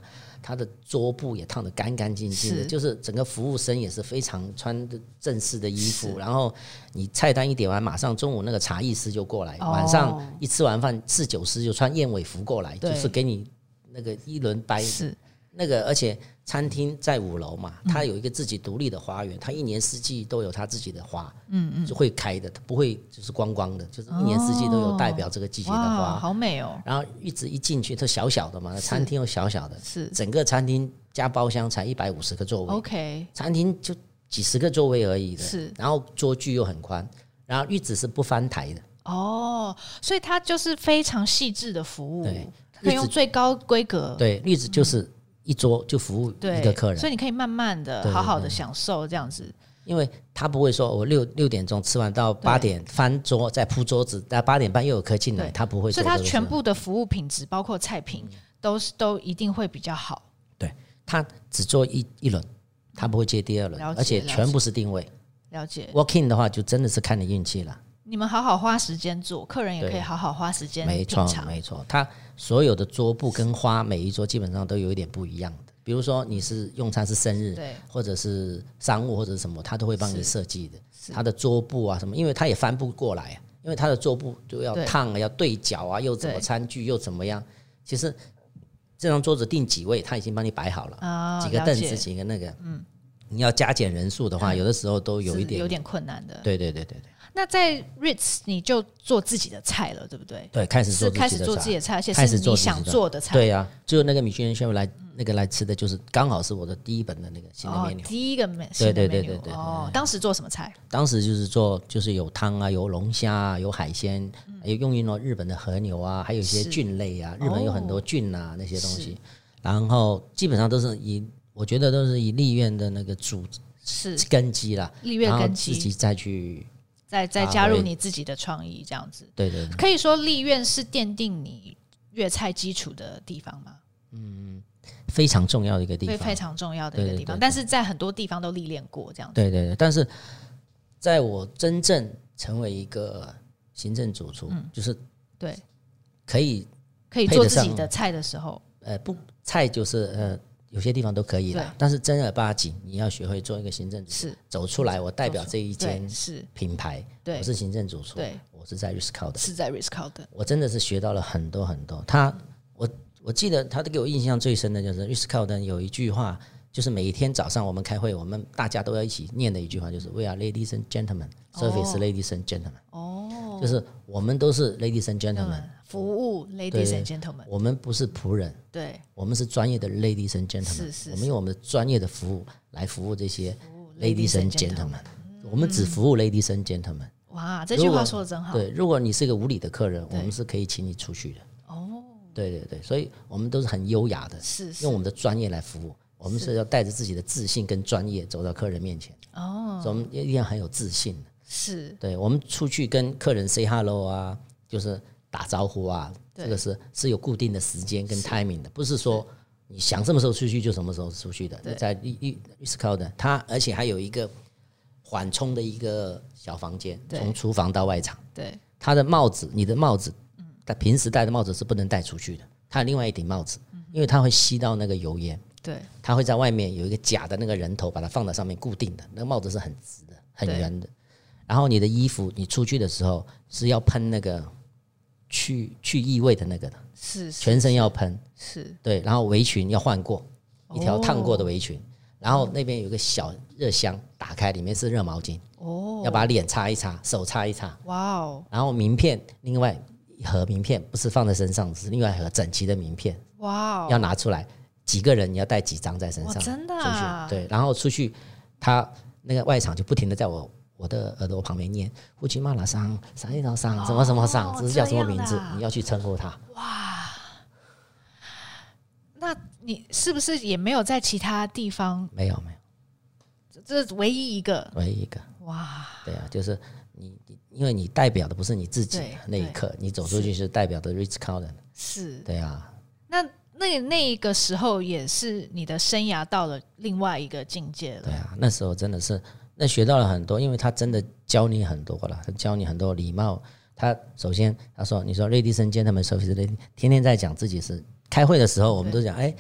B: 他的桌布也烫得干干净净的，
A: 是
B: 就是整个服务生也是非常穿的正式的衣服，然后你菜单一点完，马上中午那个茶艺师就过来，
A: 哦
B: 晚上一吃完饭，侍酒师就穿燕尾服过来，
A: 对
B: 就是给你那个一轮白
A: 是
B: 那个，而且
A: 嗯
B: 餐厅在五楼嘛，它有一个自己独立的花园，它一年四季都有它自己的花，嗯嗯，就会开的，它不会就是光光的，就是一年四季都有代表这个季节的
A: 哇，
B: 花。
A: 好美哦，
B: 然后一直一进去，它小小的嘛，餐厅又小小的，
A: 是
B: 整个餐厅加包厢才一百五十个座位，
A: OK，
B: 餐厅就几十个座位而已的，
A: 是
B: 然后桌距又很宽，然后玉子是不翻台的，
A: 哦，所以它就是非常细致的服务
B: 对，
A: 可以用最高规格，
B: 对，例子就是一桌就服务
A: 对
B: 一个客人
A: 所，以你可以慢慢的、
B: 对
A: 好好的
B: 对
A: 享受这样子。
B: 因为他不会说我六六点钟吃完到八点翻桌再铺桌子，到八点半又有客进来，
A: 对
B: 他不会
A: 所以
B: 做这个
A: 它
B: 事。嗯
A: 全部的服务品质，包括菜品，都是都一定会比较好。
B: 他只做一一轮，他不会接第二轮
A: 了，解
B: 而且
A: 了
B: 全部是定位。
A: 了解，
B: Walking 的话就真的是看你运气了，
A: 你们好好花时间做，客人也
B: 对
A: 可以好好花时间
B: 没
A: 品
B: 错
A: 尝。
B: 没错，他所有的桌布跟花每一桌基本上都有一点不一样的。比如说你是用餐是生日，
A: 对，
B: 或者是商务或者是什么，他都会帮你设计的。
A: 是
B: 他的桌布啊什么，因为他也翻不过来、啊，因为他的桌布就要
A: 对
B: 烫啊，要对角啊，又怎么
A: 对
B: 餐具又怎么样。其实这张桌子定几位，他已经帮你摆好了，
A: 啊，
B: 几个
A: 了
B: 凳
A: 解嗯
B: 子，几个那个，嗯，你要加减人数的话，有的时候都有
A: 是
B: 一点，
A: 有点困难的。
B: 对对对对对
A: 那在 Ritz 你就做自己的菜了，对不对？
B: 对，开始做
A: 是开始
B: 的
A: 做
B: 菜
A: 自己的菜，而且
B: 开始
A: 是你
B: 做自己
A: 想
B: 的菜
A: 做的菜。
B: 对呀、就那个米其林 chef 来那个来吃的，就是刚好是我的第一本的那个新的
A: 哦
B: menu，、，
A: 第一个 menu，新的
B: 对对
A: menu
B: 对对对
A: 哦，当时做什么菜？
B: 当时就是做就是有汤啊，有龙虾啊，有海鲜，还有用于了日本的和牛啊，还有一些
A: 嗯是哦
B: 菌类啊，日本有很多菌啊、那些东
A: 是
B: 西，然后基本上都是以我觉得都是以立院的那个主
A: 是
B: 根基啦，
A: 立苑
B: 然后
A: 根
B: 自己
A: 基，
B: 再去
A: 再再
B: 发
A: 加入
B: 挥
A: 你自己的创意，这样子
B: 对对对
A: 可以说立苑是奠定你粤菜基础的地方吗？
B: 非常重要的一个地
A: 非
B: 方，
A: 非常重要的一个
B: 对对
A: 地方，
B: 对
A: 但是在很多地方都历练过这样子。
B: 对对对，但是在我真正成为一个行政主厨，
A: 嗯
B: 就是
A: 对，
B: 可以
A: 可以
B: 配
A: 做
B: 得
A: 自己
B: 上
A: 的菜的时候，
B: 呃不菜就是呃有些地方都可以
A: 对
B: 啦，但是正儿八经你要学会做一个行政主厨，
A: 是
B: 走出来，我代表这一
A: 对，
B: 间
A: 是，
B: 品牌，
A: 对
B: 我，是行政主厨，
A: 对
B: 我是在 Risco 的，
A: 是在 Risco 的，
B: 我真的是学到了很多很多。他我我记得他给我印象最深的就是 Risco 的有一句话。就是每一天早上我们开会，我们大家都要一起念的一句话，就是 “We are ladies and gentlemen, service
A: 哦
B: ladies and gentlemen”，、
A: 哦，
B: 就是我们都是 ladies and
A: 那
B: gentlemen，
A: 么服务 Ladies
B: 对
A: and Gentlemen，
B: 我们不是仆人，
A: 对，
B: 我们是专业的 ladies and gentlemen，
A: 是是
B: 我们用我们的专业的服务来服务这些
A: 服务
B: ladies and gentlemen，我们只服务 ladies and gentlemen。
A: 哇，这句
B: 如
A: 话
B: 果
A: 说的真嗯好，
B: 对，如果你是一个无理的客人，我
A: 对
B: 们是可以请你出去的。
A: 哦，
B: 对对对，所以我们都是很优雅的，
A: 是是
B: 用我们的专业来服务。我们是要带着自己的自信跟专业走到客人面前，
A: 哦，
B: 所以我们一定要很有自信。
A: 是
B: 对我们出去跟客人 say hello 啊，就是打招呼啊，
A: 对
B: 这个是是有固定的时间跟 timing 的，不是说你想什么时候出去就什么时候出去的。
A: 对
B: 在绿绿 s c o 的，它而且还有一个缓冲的一个小房间，
A: 对
B: 从厨房到外场。
A: 对，
B: 它的帽子，你的帽子，
A: 嗯
B: 但平时戴的帽子是不能戴出去的，它有另外一顶帽子，
A: 嗯
B: 因为它会吸到那个油烟，
A: 对，
B: 它会在外面有一个假的那个人头，把它放在上面固定的，那个帽子是很直的、很
A: 对
B: 圆的。然后你的衣服，你出去的时候是要喷那个去去异味的那个的，
A: 是是
B: 全身要喷，
A: 是
B: 对，然后围裙要换过一条烫过的
A: 哦
B: 围裙，然后那边有个小热箱，打开里面是热毛巾，
A: 哦，
B: 要把脸擦一擦，手擦一擦，
A: 哇哦，
B: 然后名片另外一盒名片不是放在身上，是另外一盒整齐的名片
A: 哇
B: 要
A: 哦，
B: 拿出来，几个人你要带几张在身
A: 哇，
B: 上。
A: 真的
B: 出去
A: 啊，，
B: 对，然后出去，他那个外场就不停的在我我的耳朵旁边念“胡奇马拉桑”“啥一条桑”“什么什么桑”，这是叫什么名
A: 哦这
B: 字
A: 样的啊？
B: 你要去称呼他。
A: 那你是不是也没有在其他地方？
B: 没有没有，
A: 这唯一一个
B: 唯一一个，
A: 哇，
B: 对啊，就是你，你因为你代表的不是你自己
A: 对
B: 那一
A: 对
B: 刻，你走出去是代表的 Rich Carlton，
A: 是
B: 对啊，
A: 那那那一个时候也是你的生涯到了另外一个境界
B: 对
A: 了，
B: 啊，那时候真的是那学到了很多，因为他真的教你很多了，他教你很多礼貌。他首先他说，你说 ladies and gentlemen service lady，天天在讲自己是开会的时候，我们都讲，哎，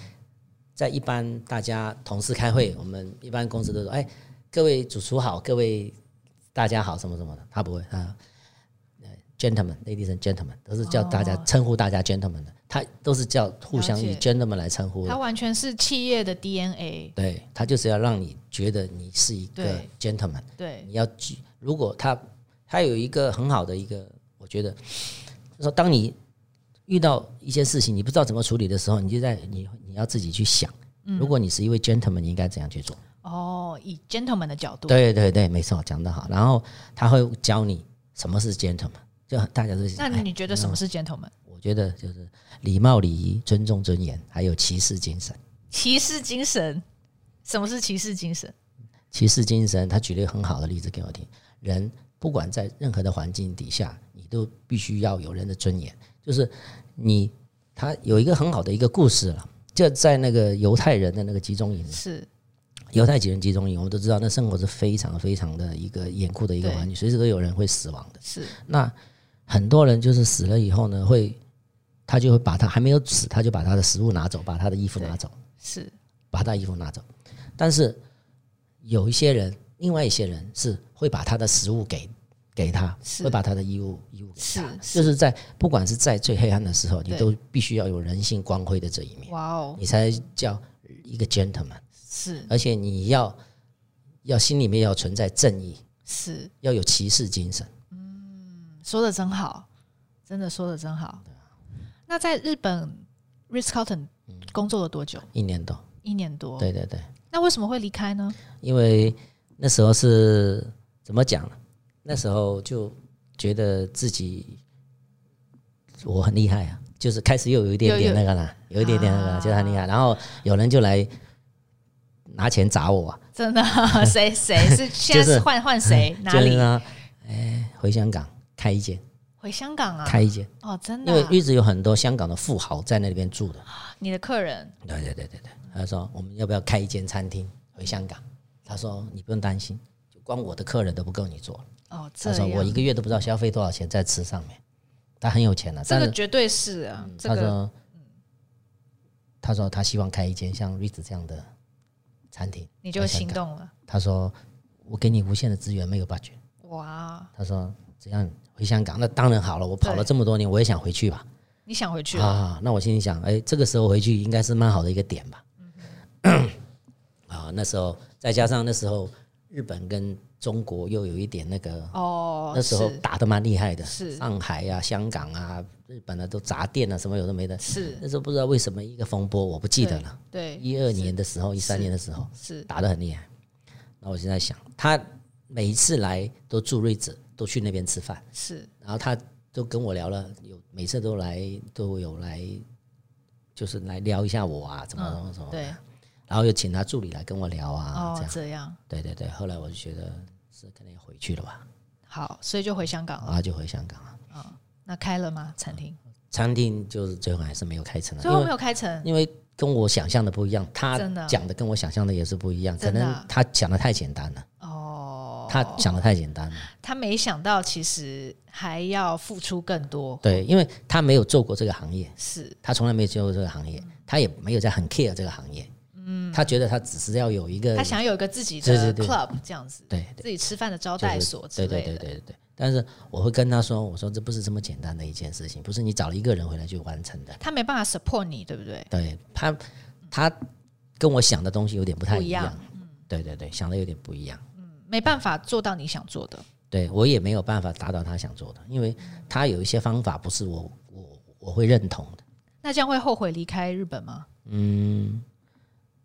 B: 在一般大家同事开会，我们一般公司都说，哎，各位主厨好，各位大家好，什么什么的，他不会啊。Gentlemen, ladies and gentlemen，都是叫大家、
A: 哦
B: 称呼大家 gentlemen 的，他都是叫互相以
A: 了
B: gentlemen 来称呼的
A: 它。完全是企业的 DNA，
B: 对他就是要让你觉得你是一个
A: 对
B: gentleman，
A: 对
B: 你要记如果他他有一个很好的一个，我觉得，就是说当你遇到一些事情你不知道怎么处理的时候，你就在你你要自己去想，
A: 嗯
B: 如果你是一位 gentleman，你应该怎样去做？
A: 哦，以 gentleman 的角度，
B: 对对对，没错，讲得好。然后他会教你什么是 gentleman，就很大家都是
A: 那
B: 哎
A: 你觉得什么是 gentleman？
B: 我觉得就是礼貌、礼仪、尊重、尊严，还有骑士精神。
A: 骑士精神？什么是骑士精神？
B: 骑士精神，他举了一个很好的例子给我听。人不管在任何的环境底下，你都必须要有人的尊严。就是你，他有一个很好的一个故事了，就在那个犹太人的那个集中营，
A: 是
B: 犹太几人集中营，我们都知道，那生活是非常非常的一个严酷的一个
A: 对
B: 环境，随时都有人会死亡的。
A: 是
B: 那很多人就是死了以后呢，会他就会把他还没有死，他就把他的食物拿走，把他的衣服拿走。
A: 是
B: 把他衣服拿走。但是有一些人，另外一些人是会把他的食物给给他，
A: 是
B: 会把他的衣物衣物给
A: 是
B: 他，
A: 是
B: 就是在不管是在最黑暗的时候，你
A: 对
B: 都必须要有人性光辉的这一面，
A: 哇哦，
B: 你才叫一个 gentleman。
A: 是
B: 而且你要要心里面要存在正义，
A: 是，
B: 要有骑士精神。
A: 说的真好，真的说的真好。
B: 啊
A: 那在日本 Ritz Carlton 工作了多久？
B: 一年多，
A: 一年多。
B: 嗯对对对，
A: 那为什么会离开呢？
B: 因为那时候是怎么讲呢？那时候就觉得自己我很厉害啊，就是开始又有一点点
A: 有
B: 那个啦，有一点点那个啦，
A: 啊
B: 就是很厉害。然后有人就来拿钱砸我、啊，
A: 真 的，谁谁是现在
B: 就是
A: 是换换谁哪
B: 就是
A: 里？
B: 呢，哎，回香港开一间，
A: 回香港啊？
B: 开一间，
A: 哦，真的
B: 因
A: 啊、
B: 为一直有很多香港的富豪在那边住的。
A: 你的客人
B: 对对对对对，他说我们要不要开一间餐厅回香港？他说你不用担心，就光我的客人都不够你做。
A: 哦，这
B: 他说
A: 样
B: 我一个月都不知道消费多少钱在吃上面，他很有钱了、
A: 这
B: 但
A: 个
B: 是嗯
A: 绝对是啊，这
B: 他
A: 个
B: 说，他说他希望开一间像瑞子这样的餐厅。
A: 你就行动了。
B: 他说我给你无限的资源，没有 budget。
A: 哇，
B: 他说这样回香港，那当然好了，我跑了
A: 对
B: 这么多年，我也想回去吧。
A: 你想回去了？
B: 啊，那我心里想，哎，这个时候回去应该是蛮好的一个点吧。
A: 嗯
B: 啊，那时候再加上那时候日本跟中国又有一点那个
A: 哦，
B: 那时候
A: 是
B: 打得蛮厉害的，
A: 是
B: 上海啊、香港啊、日本啊都砸店啊，什么有的没的。
A: 是，
B: 那时候不知道为什么一个风波，我不记得了。
A: 对，
B: 一二年的时候，一三年的时候
A: 是
B: 打得很厉害。那我现在想，他每一次来都住瑞子，都去那边吃饭，
A: 是
B: 然后他都跟我聊了，有每次都来都有来，就是来聊一下我啊，怎么怎么怎么，
A: 嗯对，
B: 然后又请他助理来跟我聊啊，这
A: 哦，
B: 样。
A: 这样
B: 对对对，后来我就觉得是可能要回去了吧，
A: 好，所以就回香港了。
B: 然后就回香港了。
A: 那开了吗？餐厅
B: 餐厅就是最后还是没有开成
A: 最
B: 啊，
A: 后没
B: 因为
A: 有开成，
B: 因为跟我想象的不一样，他
A: 真的
B: 讲的跟我想象的也是不一样，可
A: 真的啊
B: 能他讲的太简单了，
A: 哦，
B: 他讲的太简单了，
A: 他没想到，其实还要付出更多。
B: 对，因为他没有做过这个行业，
A: 是
B: 他从来没有做过这个行业，他也没有在很 care 这个行业，嗯，他觉得他只是要有一个
A: 他想要有一个自己
B: 对对
A: 的
B: 对
A: club 这样子，
B: 对
A: 自己吃饭的招
B: 就是
A: 待所之
B: 对对
A: 类
B: 对
A: 的。
B: 对对对，但是我会跟他说，我说这不是这么简单的一件事情，不是你找了一个人回来就完成的，
A: 他没办法 support 你，对不对？
B: 对他，他跟我想的东西有点不太
A: 不一
B: 一样，
A: 样嗯
B: 对对对，想的有点不一样。
A: 没办法做到你想做的。
B: 对我也没有办法达到他想做的，因为他有一些方法不是我我我会认同的，
A: 那这样会后悔离开日本吗？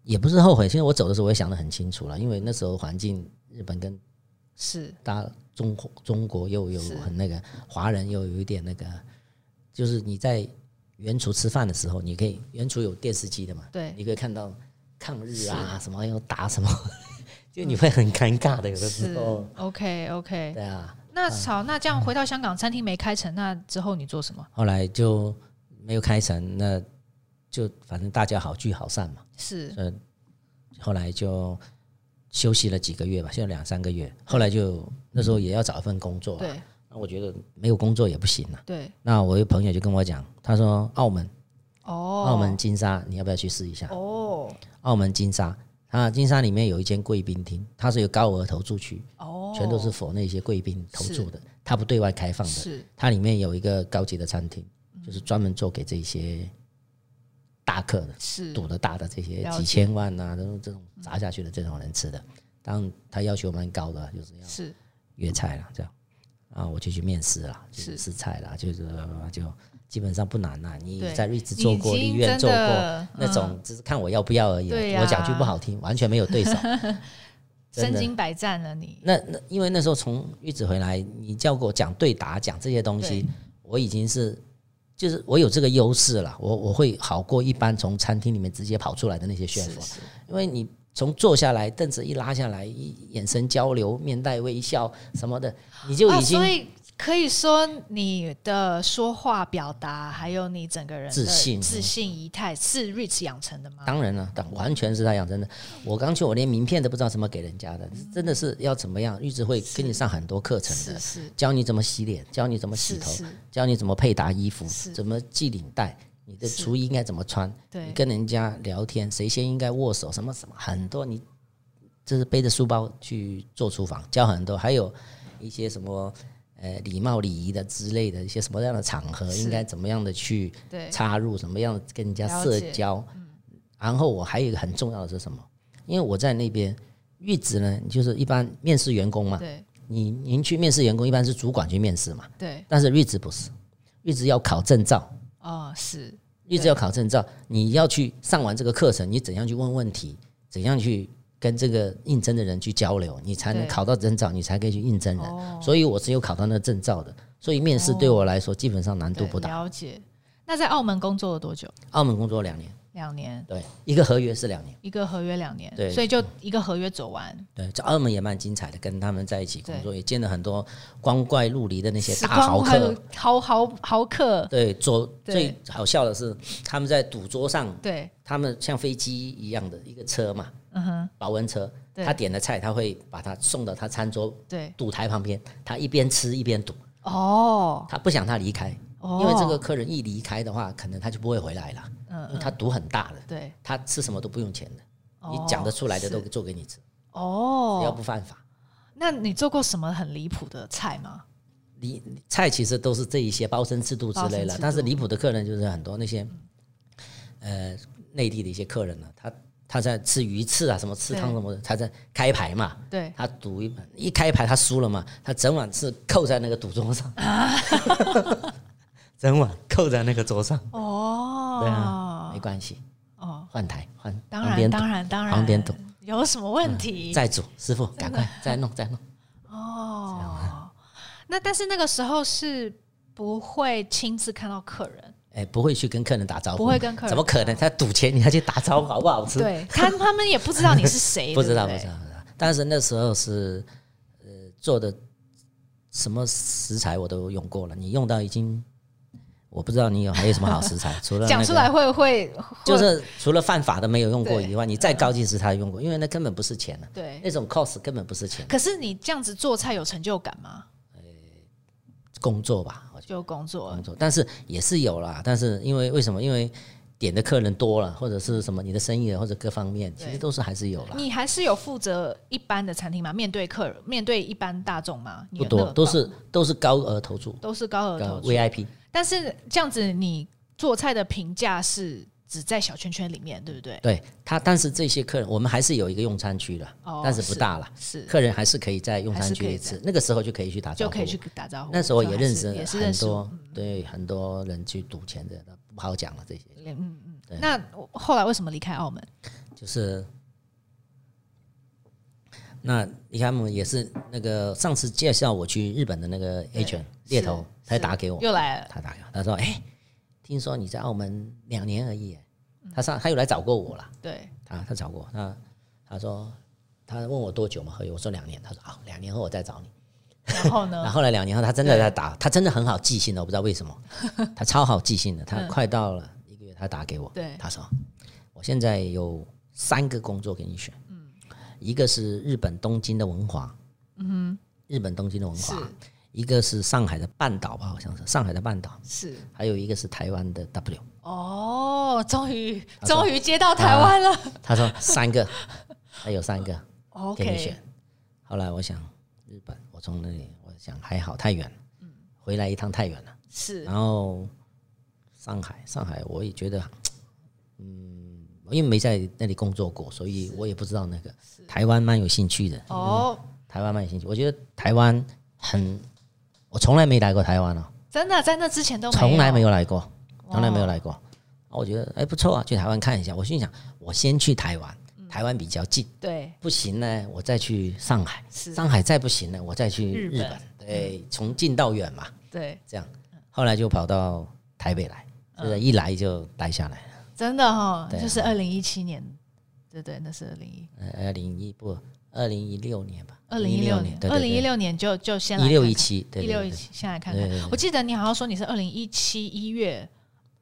B: 也不是后悔。其实我走的时候我也想得很清楚了，因为那时候环境日本跟
A: 是
B: 大中国中国又有
A: 是
B: 很那个华人又有一点那个，就是你在原厨吃饭的时候，你可以原厨有电视机的嘛，
A: 对
B: 你可以看到抗日啊什么要打什么， 就你会很尴尬的有的时
A: 是
B: 候，
A: ，OK OK。
B: 对啊。
A: 那好，那这样回到香港，餐厅没开成，那之后你做什么？
B: 后来就没有开成，那就反正大家好聚好散嘛。
A: 是
B: 嗯，后来就休息了几个月吧，休了两三个月。后来就那时候也要找一份工作、啊，
A: 对
B: 那我觉得没有工作也不行啊。
A: 对
B: 那我有朋友就跟我讲，他说澳门，
A: 哦，
B: 澳门金沙，你要不要去试一下？
A: 哦
B: 澳门金沙，啊，金沙里面有一间贵宾厅，它是有高额投注区，
A: 哦，
B: 全都是否那些贵宾投注的，它不对外开放的。
A: 是
B: 它里面有一个高级的餐厅，
A: 嗯
B: 就是专门做给这些大客的、
A: 是
B: 赌的大的这些
A: 了解
B: 几千万呐、啊，这种这种砸下去的这种人吃的。当然，他要求蛮高的，就是要
A: 是
B: 粤菜啦，这样啊，我就去面试啦，就是
A: 是
B: 试菜啦，就是啊就基本上不难啦。你
A: 对
B: 在瑞兹
A: 你
B: 做
A: 已
B: 过，
A: 经
B: 丽苑
A: 真
B: 做过，
A: 的嗯
B: 那种只是看我要不要而已。
A: 对
B: 我讲句
A: 呀
B: 不好听，完全没有对手。
A: 身
B: 真的
A: 经百战了你。
B: 那那因为那时候从玉子回来，你叫我讲对答，讲这些东西，我已经是就是我有这个优势了，我我会好过一般从餐厅里面直接跑出来的那些 chef，
C: 是是
B: 因为你从坐下来，凳子一拉下来，一眼神交流，面带微笑什么的，你就
A: 哦，
B: 已经
A: 所以可以说你的说话表达，还有你整个人的
B: 自信啊
A: 自信仪态是 Rich 养成的吗？
B: 当然了，当完全是他养成的。我刚去，我连名片都不知道怎么给人家的，真的是要怎么样？玉子会给你上很多课程
C: 是
B: 的，
C: 是
B: 教你怎么洗脸，教你怎么洗
C: 是
B: 头，
C: 是，
B: 教你怎么配搭衣服
C: 是，
B: 怎么系领带，你的
C: 是
B: 厨艺应该怎么穿，你
A: 对，
B: 跟人家聊天，谁先应该握手，什么什么，很多你就是背着书包去做厨房，教很多，还有一些什么呃礼貌礼仪的之类的一些什么样的场合，
C: 是
B: 应该怎么样的去
A: 对，
B: 插入，什么样的跟人家
A: 了
B: 社
A: 解嗯
B: 交。然后我还有一个很重要的是什么？因为我在那边玉职呢，就是一般面试员工嘛，
A: 对，
B: 你您去面试员工一般是主管去面试嘛，
A: 对，
B: 但是玉职不是，玉职要考证照。
A: 哦，是，
B: 一直要考证照，你要去上完这个课程，你怎样去问问题，怎样去跟这个应征的人去交流，你才能
A: 对
B: 考到证照，你才可以去应征人。
A: 哦，
B: 所以我只有考到那个证照的，所以面试
A: 哦
B: 对我来说基本上难度
A: 对，
B: 不大。
A: 了解。那在澳门工作了多久？
B: 澳门工作两年，
A: 两年，
B: 对，一个合约是两年，
A: 一个合约两年，
B: 对
A: 所以就一个合约走完，
B: 对，在澳门也蛮精彩的，跟他们在一起工作，也见了很多光怪陆离的那些
A: 时
B: 大豪
A: 光快
B: 客
A: 乐。，豪豪豪客，
B: 对，做
A: 对
B: 最好笑的是，他们在赌桌上，
A: 对，
B: 他们像飞机一样的一个车嘛，
A: 嗯哼，
B: 保温车，
A: 对
B: 他点的菜，他会把它送到他餐桌
A: 对，
B: 赌台旁边，他一边吃一边赌，
A: 哦，
B: 他不想他离开，
A: 哦
B: 因为这个，客人一离开的话，可能他就不会回来了，
A: 嗯
B: 因
A: 嗯，
B: 为他赌很大的，
A: 对，
B: 他吃什么都不用钱的，你
A: 哦
B: 讲得出来的都
A: 是
B: 做给你吃，只要
A: 哦，
B: 不犯法。
A: 那你做过什么很离谱的菜吗？
B: 离菜其实都是这一些包身制度之类
A: 包身制
B: 了
A: 度，
B: 但是离谱的客人就是很多那些，呃，内地的一些客人呢、他他在吃鱼翅啊，什么吃汤
A: 对
B: 什么的，他在开牌嘛，
A: 对，
B: 他赌一一开牌他输了嘛，他整晚是扣在那个赌桌上，
A: 啊
B: 整晚扣在那个桌上，
A: 哦，
B: 对啊没关系，
A: 哦，
B: 换台换，
A: 当
B: 旁
A: 然，
B: 边赌
A: 当然，当然，
B: 旁边嗯赌
A: 有什么问题？
B: 再煮，师傅赶快再弄 再弄，啊
A: 哦，那但是那个时候是不会亲自看到客人，
B: 哎，不会去跟客人打招呼，
A: 不会跟客人
B: 怎么可能？他赌钱你还去打招呼好不好吃？
A: 对他他们也不知道你是谁，
B: 不知道不
A: 对
B: 知
A: 对
B: 道，不知道，但是那时候是呃做的什么食材我都用过了，你用到已经。我不知道你有还有什么好食材，除了
A: 讲
B: 那
A: 出
B: 个
A: 来会会
B: 就是除了犯法的没有用过
A: 对嗯
B: 以外，你再高级食材用过，因为那根本不是钱了、啊
A: 对。
B: 那种 cost 根本不是钱，
A: 可是你这样子做菜有成就感吗？
B: 工作吧，我觉
A: 就工
B: 得
A: 作
B: 工作，但是也是有啦，但是因为为什么？因为点的客人多了，或者是什么你的生意或者各方面，
A: 对
B: 其实都是还是有啦，
A: 你还是有负责一般的餐厅吗？面对客人，面对一般大众吗？你
B: 不
A: 有那
B: 多
A: 个
B: 都
A: 报
B: 是都是高额投注，
A: 都是高额
B: 呃
A: 投注，
B: VIP
A: 但是这样子你做菜的评价是只在小圈圈里面，对不对？
B: 对他，但是这些客人我们还是有一个用餐区的，
A: 哦
B: 但是不大了，
A: 是
B: 客人还是可以在用
A: 还
B: 餐
A: 是
B: 区
A: 可以
B: 里
A: 在
B: 吃，那个时候就可以去打招
A: 就
B: 呼，
A: 可以去打招呼。
B: 那时候
A: 就
B: 也
A: 还
B: 认
A: 是
B: 识
A: 也是
B: 很
A: 认识嗯
B: 多，对很多人去赌钱的，那不好讲了这些，
A: 那我后来为什么离开澳门？
B: 就是那你看，我们也是那个上次介绍我去日本的那个 A 圈猎头，
A: 是
B: 他打给我，
A: 又来了，
B: 他打给我，他说：“哎，听说你在澳门两年而已。”
A: 嗯
B: 他上他又来找过我了，
A: 对，
B: 他他找过我他，他说他问我多久嘛合约，我说两年，他说啊两年后我再找你。
A: 然后
B: 然
A: 呢？
B: 后后来两年后，他真的在打，他真的很好记性的，我不知道为 什么，他超好记性的。他快到了一个月，他打给我，
A: 对
B: 他说：“我现在有三个工作给你选，
A: 嗯
B: 一个是日本东京的文华，嗯，日本东京的文
A: 是
B: 华，一个是上海的半岛吧，好像是上海的半岛，
A: 是
B: 还有一个是台湾的 W。
A: 哦，终于
B: 他说
A: 终于接到台湾了。”
B: 他说 三个，他有三个啊给你选
A: OK，。
B: 后来我想日本，我从那里我想还好太远了，
A: 嗯
B: 回来一趟太远了。
A: 是
B: 然后上海，上海我也觉得，嗯，因为没在那里工作过，所以我也不知道那个台湾蛮有兴趣的，
A: 哦，
B: 台湾蛮有兴趣。我觉得台湾很，我从来没来过台湾哦，
A: 真的在那之前都
B: 从来没
A: 有，
B: 有来过，从来没有
A: 哇嗯
B: 来过。啊我觉得哎不错啊，去台湾看一下。我心想，我先去台湾，台湾比较近，
A: 对，
B: 不行呢，我再去上海，
A: 是
B: 上海再不行呢，我再去
A: 日
B: 日
A: 本
B: 本，对，从近到远嘛，
A: 对，
B: 这样，后来就跑到台北来，
A: 嗯
B: 就是一来就待下来了。
A: 真的哈、
B: 对啊
A: 就是二零一七年，对对，那是二零一
B: 呃二零一不，二零一六年吧，
A: 二零一六年，
B: 对
A: 二
B: 对
A: 零一
B: 对，
A: 六年就就先来
B: 一六
A: 看
B: 一
A: 看
B: 七，对
A: 一
B: 对
A: 六
B: 对
A: 一
B: 对
A: 七，先来看看
B: 对对对。
A: 我记得你好像说你是二零一七一月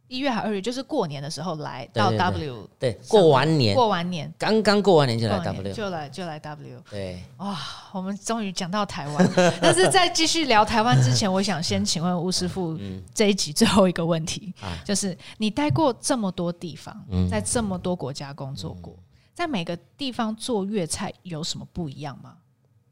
A: 一月还二月，就是过年的时候来
B: 对
A: 到
B: 对
A: W，
B: 对，过完年，
A: 过完年，
B: 刚刚过完年就来
A: 过完年
B: W，
A: 就来就来 W。
B: 对，
A: 哇，我们终于讲到台湾， 但是在继续聊台湾之前，我想先请问吴师傅这一集最后一个问题，
B: 嗯啊
A: 就是你待过这么多地方，
B: 嗯
A: 在这么多国家工作过，在每个地方做粤菜有什么不一样吗？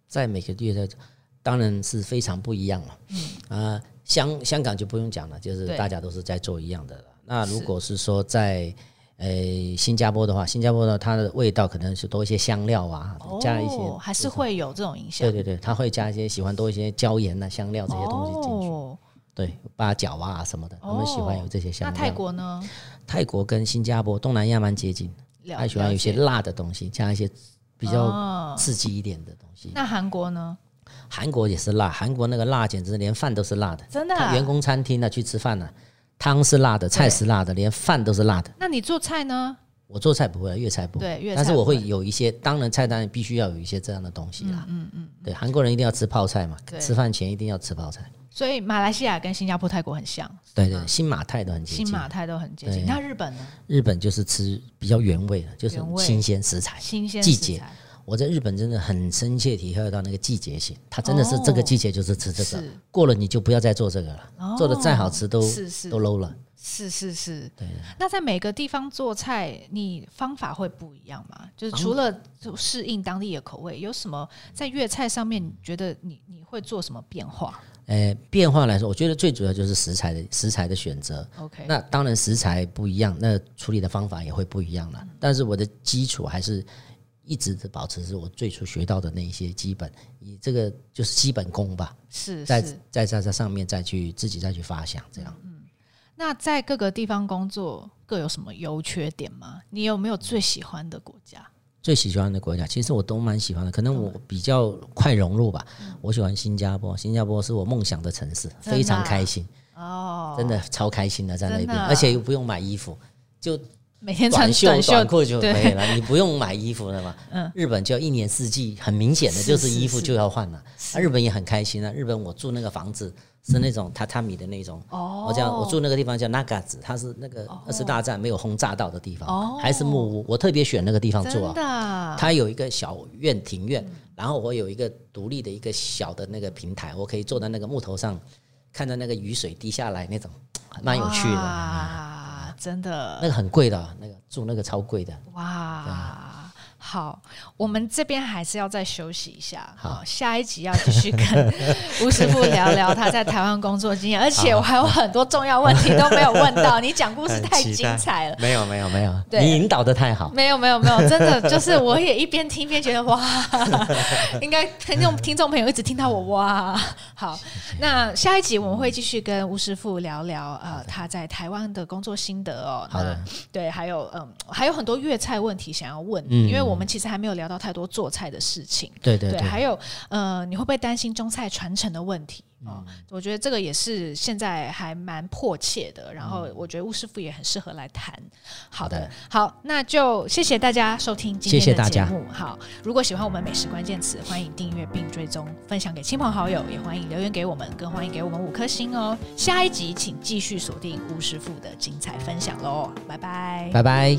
B: 在每个月在，当然是非常不一样了。嗯，啊，香香港就不用讲了，就是
A: 对
B: 大家都是在做一样的了。那如
A: 是
B: 果是说在呃新加坡的话，新加坡呢，它的味道可能是多一些香料啊，加了一些
A: 哦，还是会有这种影响
B: 对，对对，他会加一些喜欢多一些椒盐啊、香料这些东西进去，
A: 哦
B: 对，八角啊什么的，他们喜欢有这些香
A: 那
B: 料。
A: 泰国呢？
B: 泰国跟新加坡、东南亚蛮接近，
A: 了
B: 他喜欢有一些
A: 了解
B: 辣的东西，加一些比较
A: 哦
B: 刺激一点的东西。
A: 那韩国呢？
B: 韩国也是辣，韩国那个辣简直连饭都是辣的。
A: 真的、
B: 他
A: 啊？
B: 员工餐厅呢去吃饭呢、啊汤是辣的，菜是辣的，连饭都是辣的。
A: 那你做菜呢？
B: 我做菜不会，粤菜不会，
A: 对，粤菜
B: 但是我
A: 不
B: 会有一些，当然菜单必须要有一些这样的东西啦。嗯嗯对，韩国人一定要吃泡菜嘛
A: 对，
B: 吃饭前一定要吃泡菜。
A: 所以马来西亚跟新加坡、泰国很像，
B: 对对，新马泰都很接
A: 嗯新
B: 近。
A: 马泰都很接近。
B: 对
A: 那日本呢？
B: 日本就是吃比较原味的，就是
A: 原味
B: 新鲜食材。
A: 新鲜
B: 季
A: 食
B: 节
A: 材
B: 我在日本真的很深切体会到那个季节性，它真的是
A: 哦
B: 这个季节就是吃这个，
A: 是
B: 过了你就不要再做这个了，
A: 哦
B: 做的再好吃都
A: 是是
B: 都 low 了。
A: 是是是。那在每个地方做菜，你方法会不一样吗？就是除了就适应当地的口味，有什么在粤菜上面，你觉得你你会做什么变化
B: 呃，变化来说，我觉得最主要就是食材的食材的选择。
A: ？OK，
B: 那当然食材不一样，那处理的方法也会不一样
A: 嗯
B: 了。但是我的基础还是一直的保持是我最初学到的那一些基本，以这个就是基本功吧，
A: 是
B: 在
A: 是。
B: 在在在上面再去自己再去发想这样。
A: 那在各个地方工作各有什么优缺点吗？你有没有最喜欢的国家？
B: 最喜欢的国家，其实我都蛮喜欢的，可能我比较快融入吧。
A: 嗯
B: 我喜欢新加坡，新加坡是我梦想的城市，
A: 的啊
B: 非常开心，
A: 哦，
B: 真的超开心的在那
A: 真的
B: 边，
A: 啊
B: 而且又不用买衣服，就
A: 每天 穿
B: 短袖
A: 短袖嗯
B: 短裤就可以了，你不用买衣服了嘛。 日本就一年四季，很明显的
A: 是
B: 就是
A: 是
B: 衣服
A: 是
B: 就要换了。啊日本也很开心啊，日本我住那个房子是那种榻榻米的那种。
A: 哦，
B: 我这样，我住那个地方叫 Nagaz，它是那个二次大战没有轰炸到的地方，
A: 哦
B: 还是木屋。我特别选那个地方住啊
A: 真，的啊，嗯
B: 它有一个小院庭院，然后我有一个独立的一个小的那个平台，我可以坐在那个木头上，看着那个雨水滴下来那种，蛮有趣的。嗯
A: 哇，真的
B: 那个啊很贵的啊，那个住那个超贵的。
A: 哇。好，我们这边还是要再休息一下。哦
B: 好
A: 下一集要继 续跟吴师傅聊聊他在台湾工作经验，而且我还有很多重要问题都没有问 到。你讲故事太
B: 很期
A: 精
B: 待
A: 彩了，
B: 没有没有没有，
A: 对
B: 你引导的太好。
A: 没有没有没有，真的就是我也一边听一边觉得 哇，应该听众听众朋友一直听到我哇。好，那下一集我们会继续跟吴师傅聊聊呃他在台湾的工作心得哦。
B: 好的
A: 那对，还有嗯还有很多粤菜问题想要问，
B: 嗯
A: 因为我们其实还没有聊到太多做菜的事情。
B: 对对
A: 还有呃，你会不会担心中菜传承的问题？哦，
B: 嗯
A: 我觉得这个也是现在还蛮迫切的，然
B: 嗯
A: 后我觉得吴师傅也很适合来谈。好的，好，那就谢谢大家收听今
B: 谢谢
A: 天的
B: 大
A: 节
B: 家
A: 目。好，如果喜欢我们美食关键词，欢迎订阅并追踪，分享给亲朋好友，也欢迎留言给我们，更欢迎给我们五颗星哦。下一集请继续锁定吴师傅的精彩分享喽，拜拜。
B: 拜拜。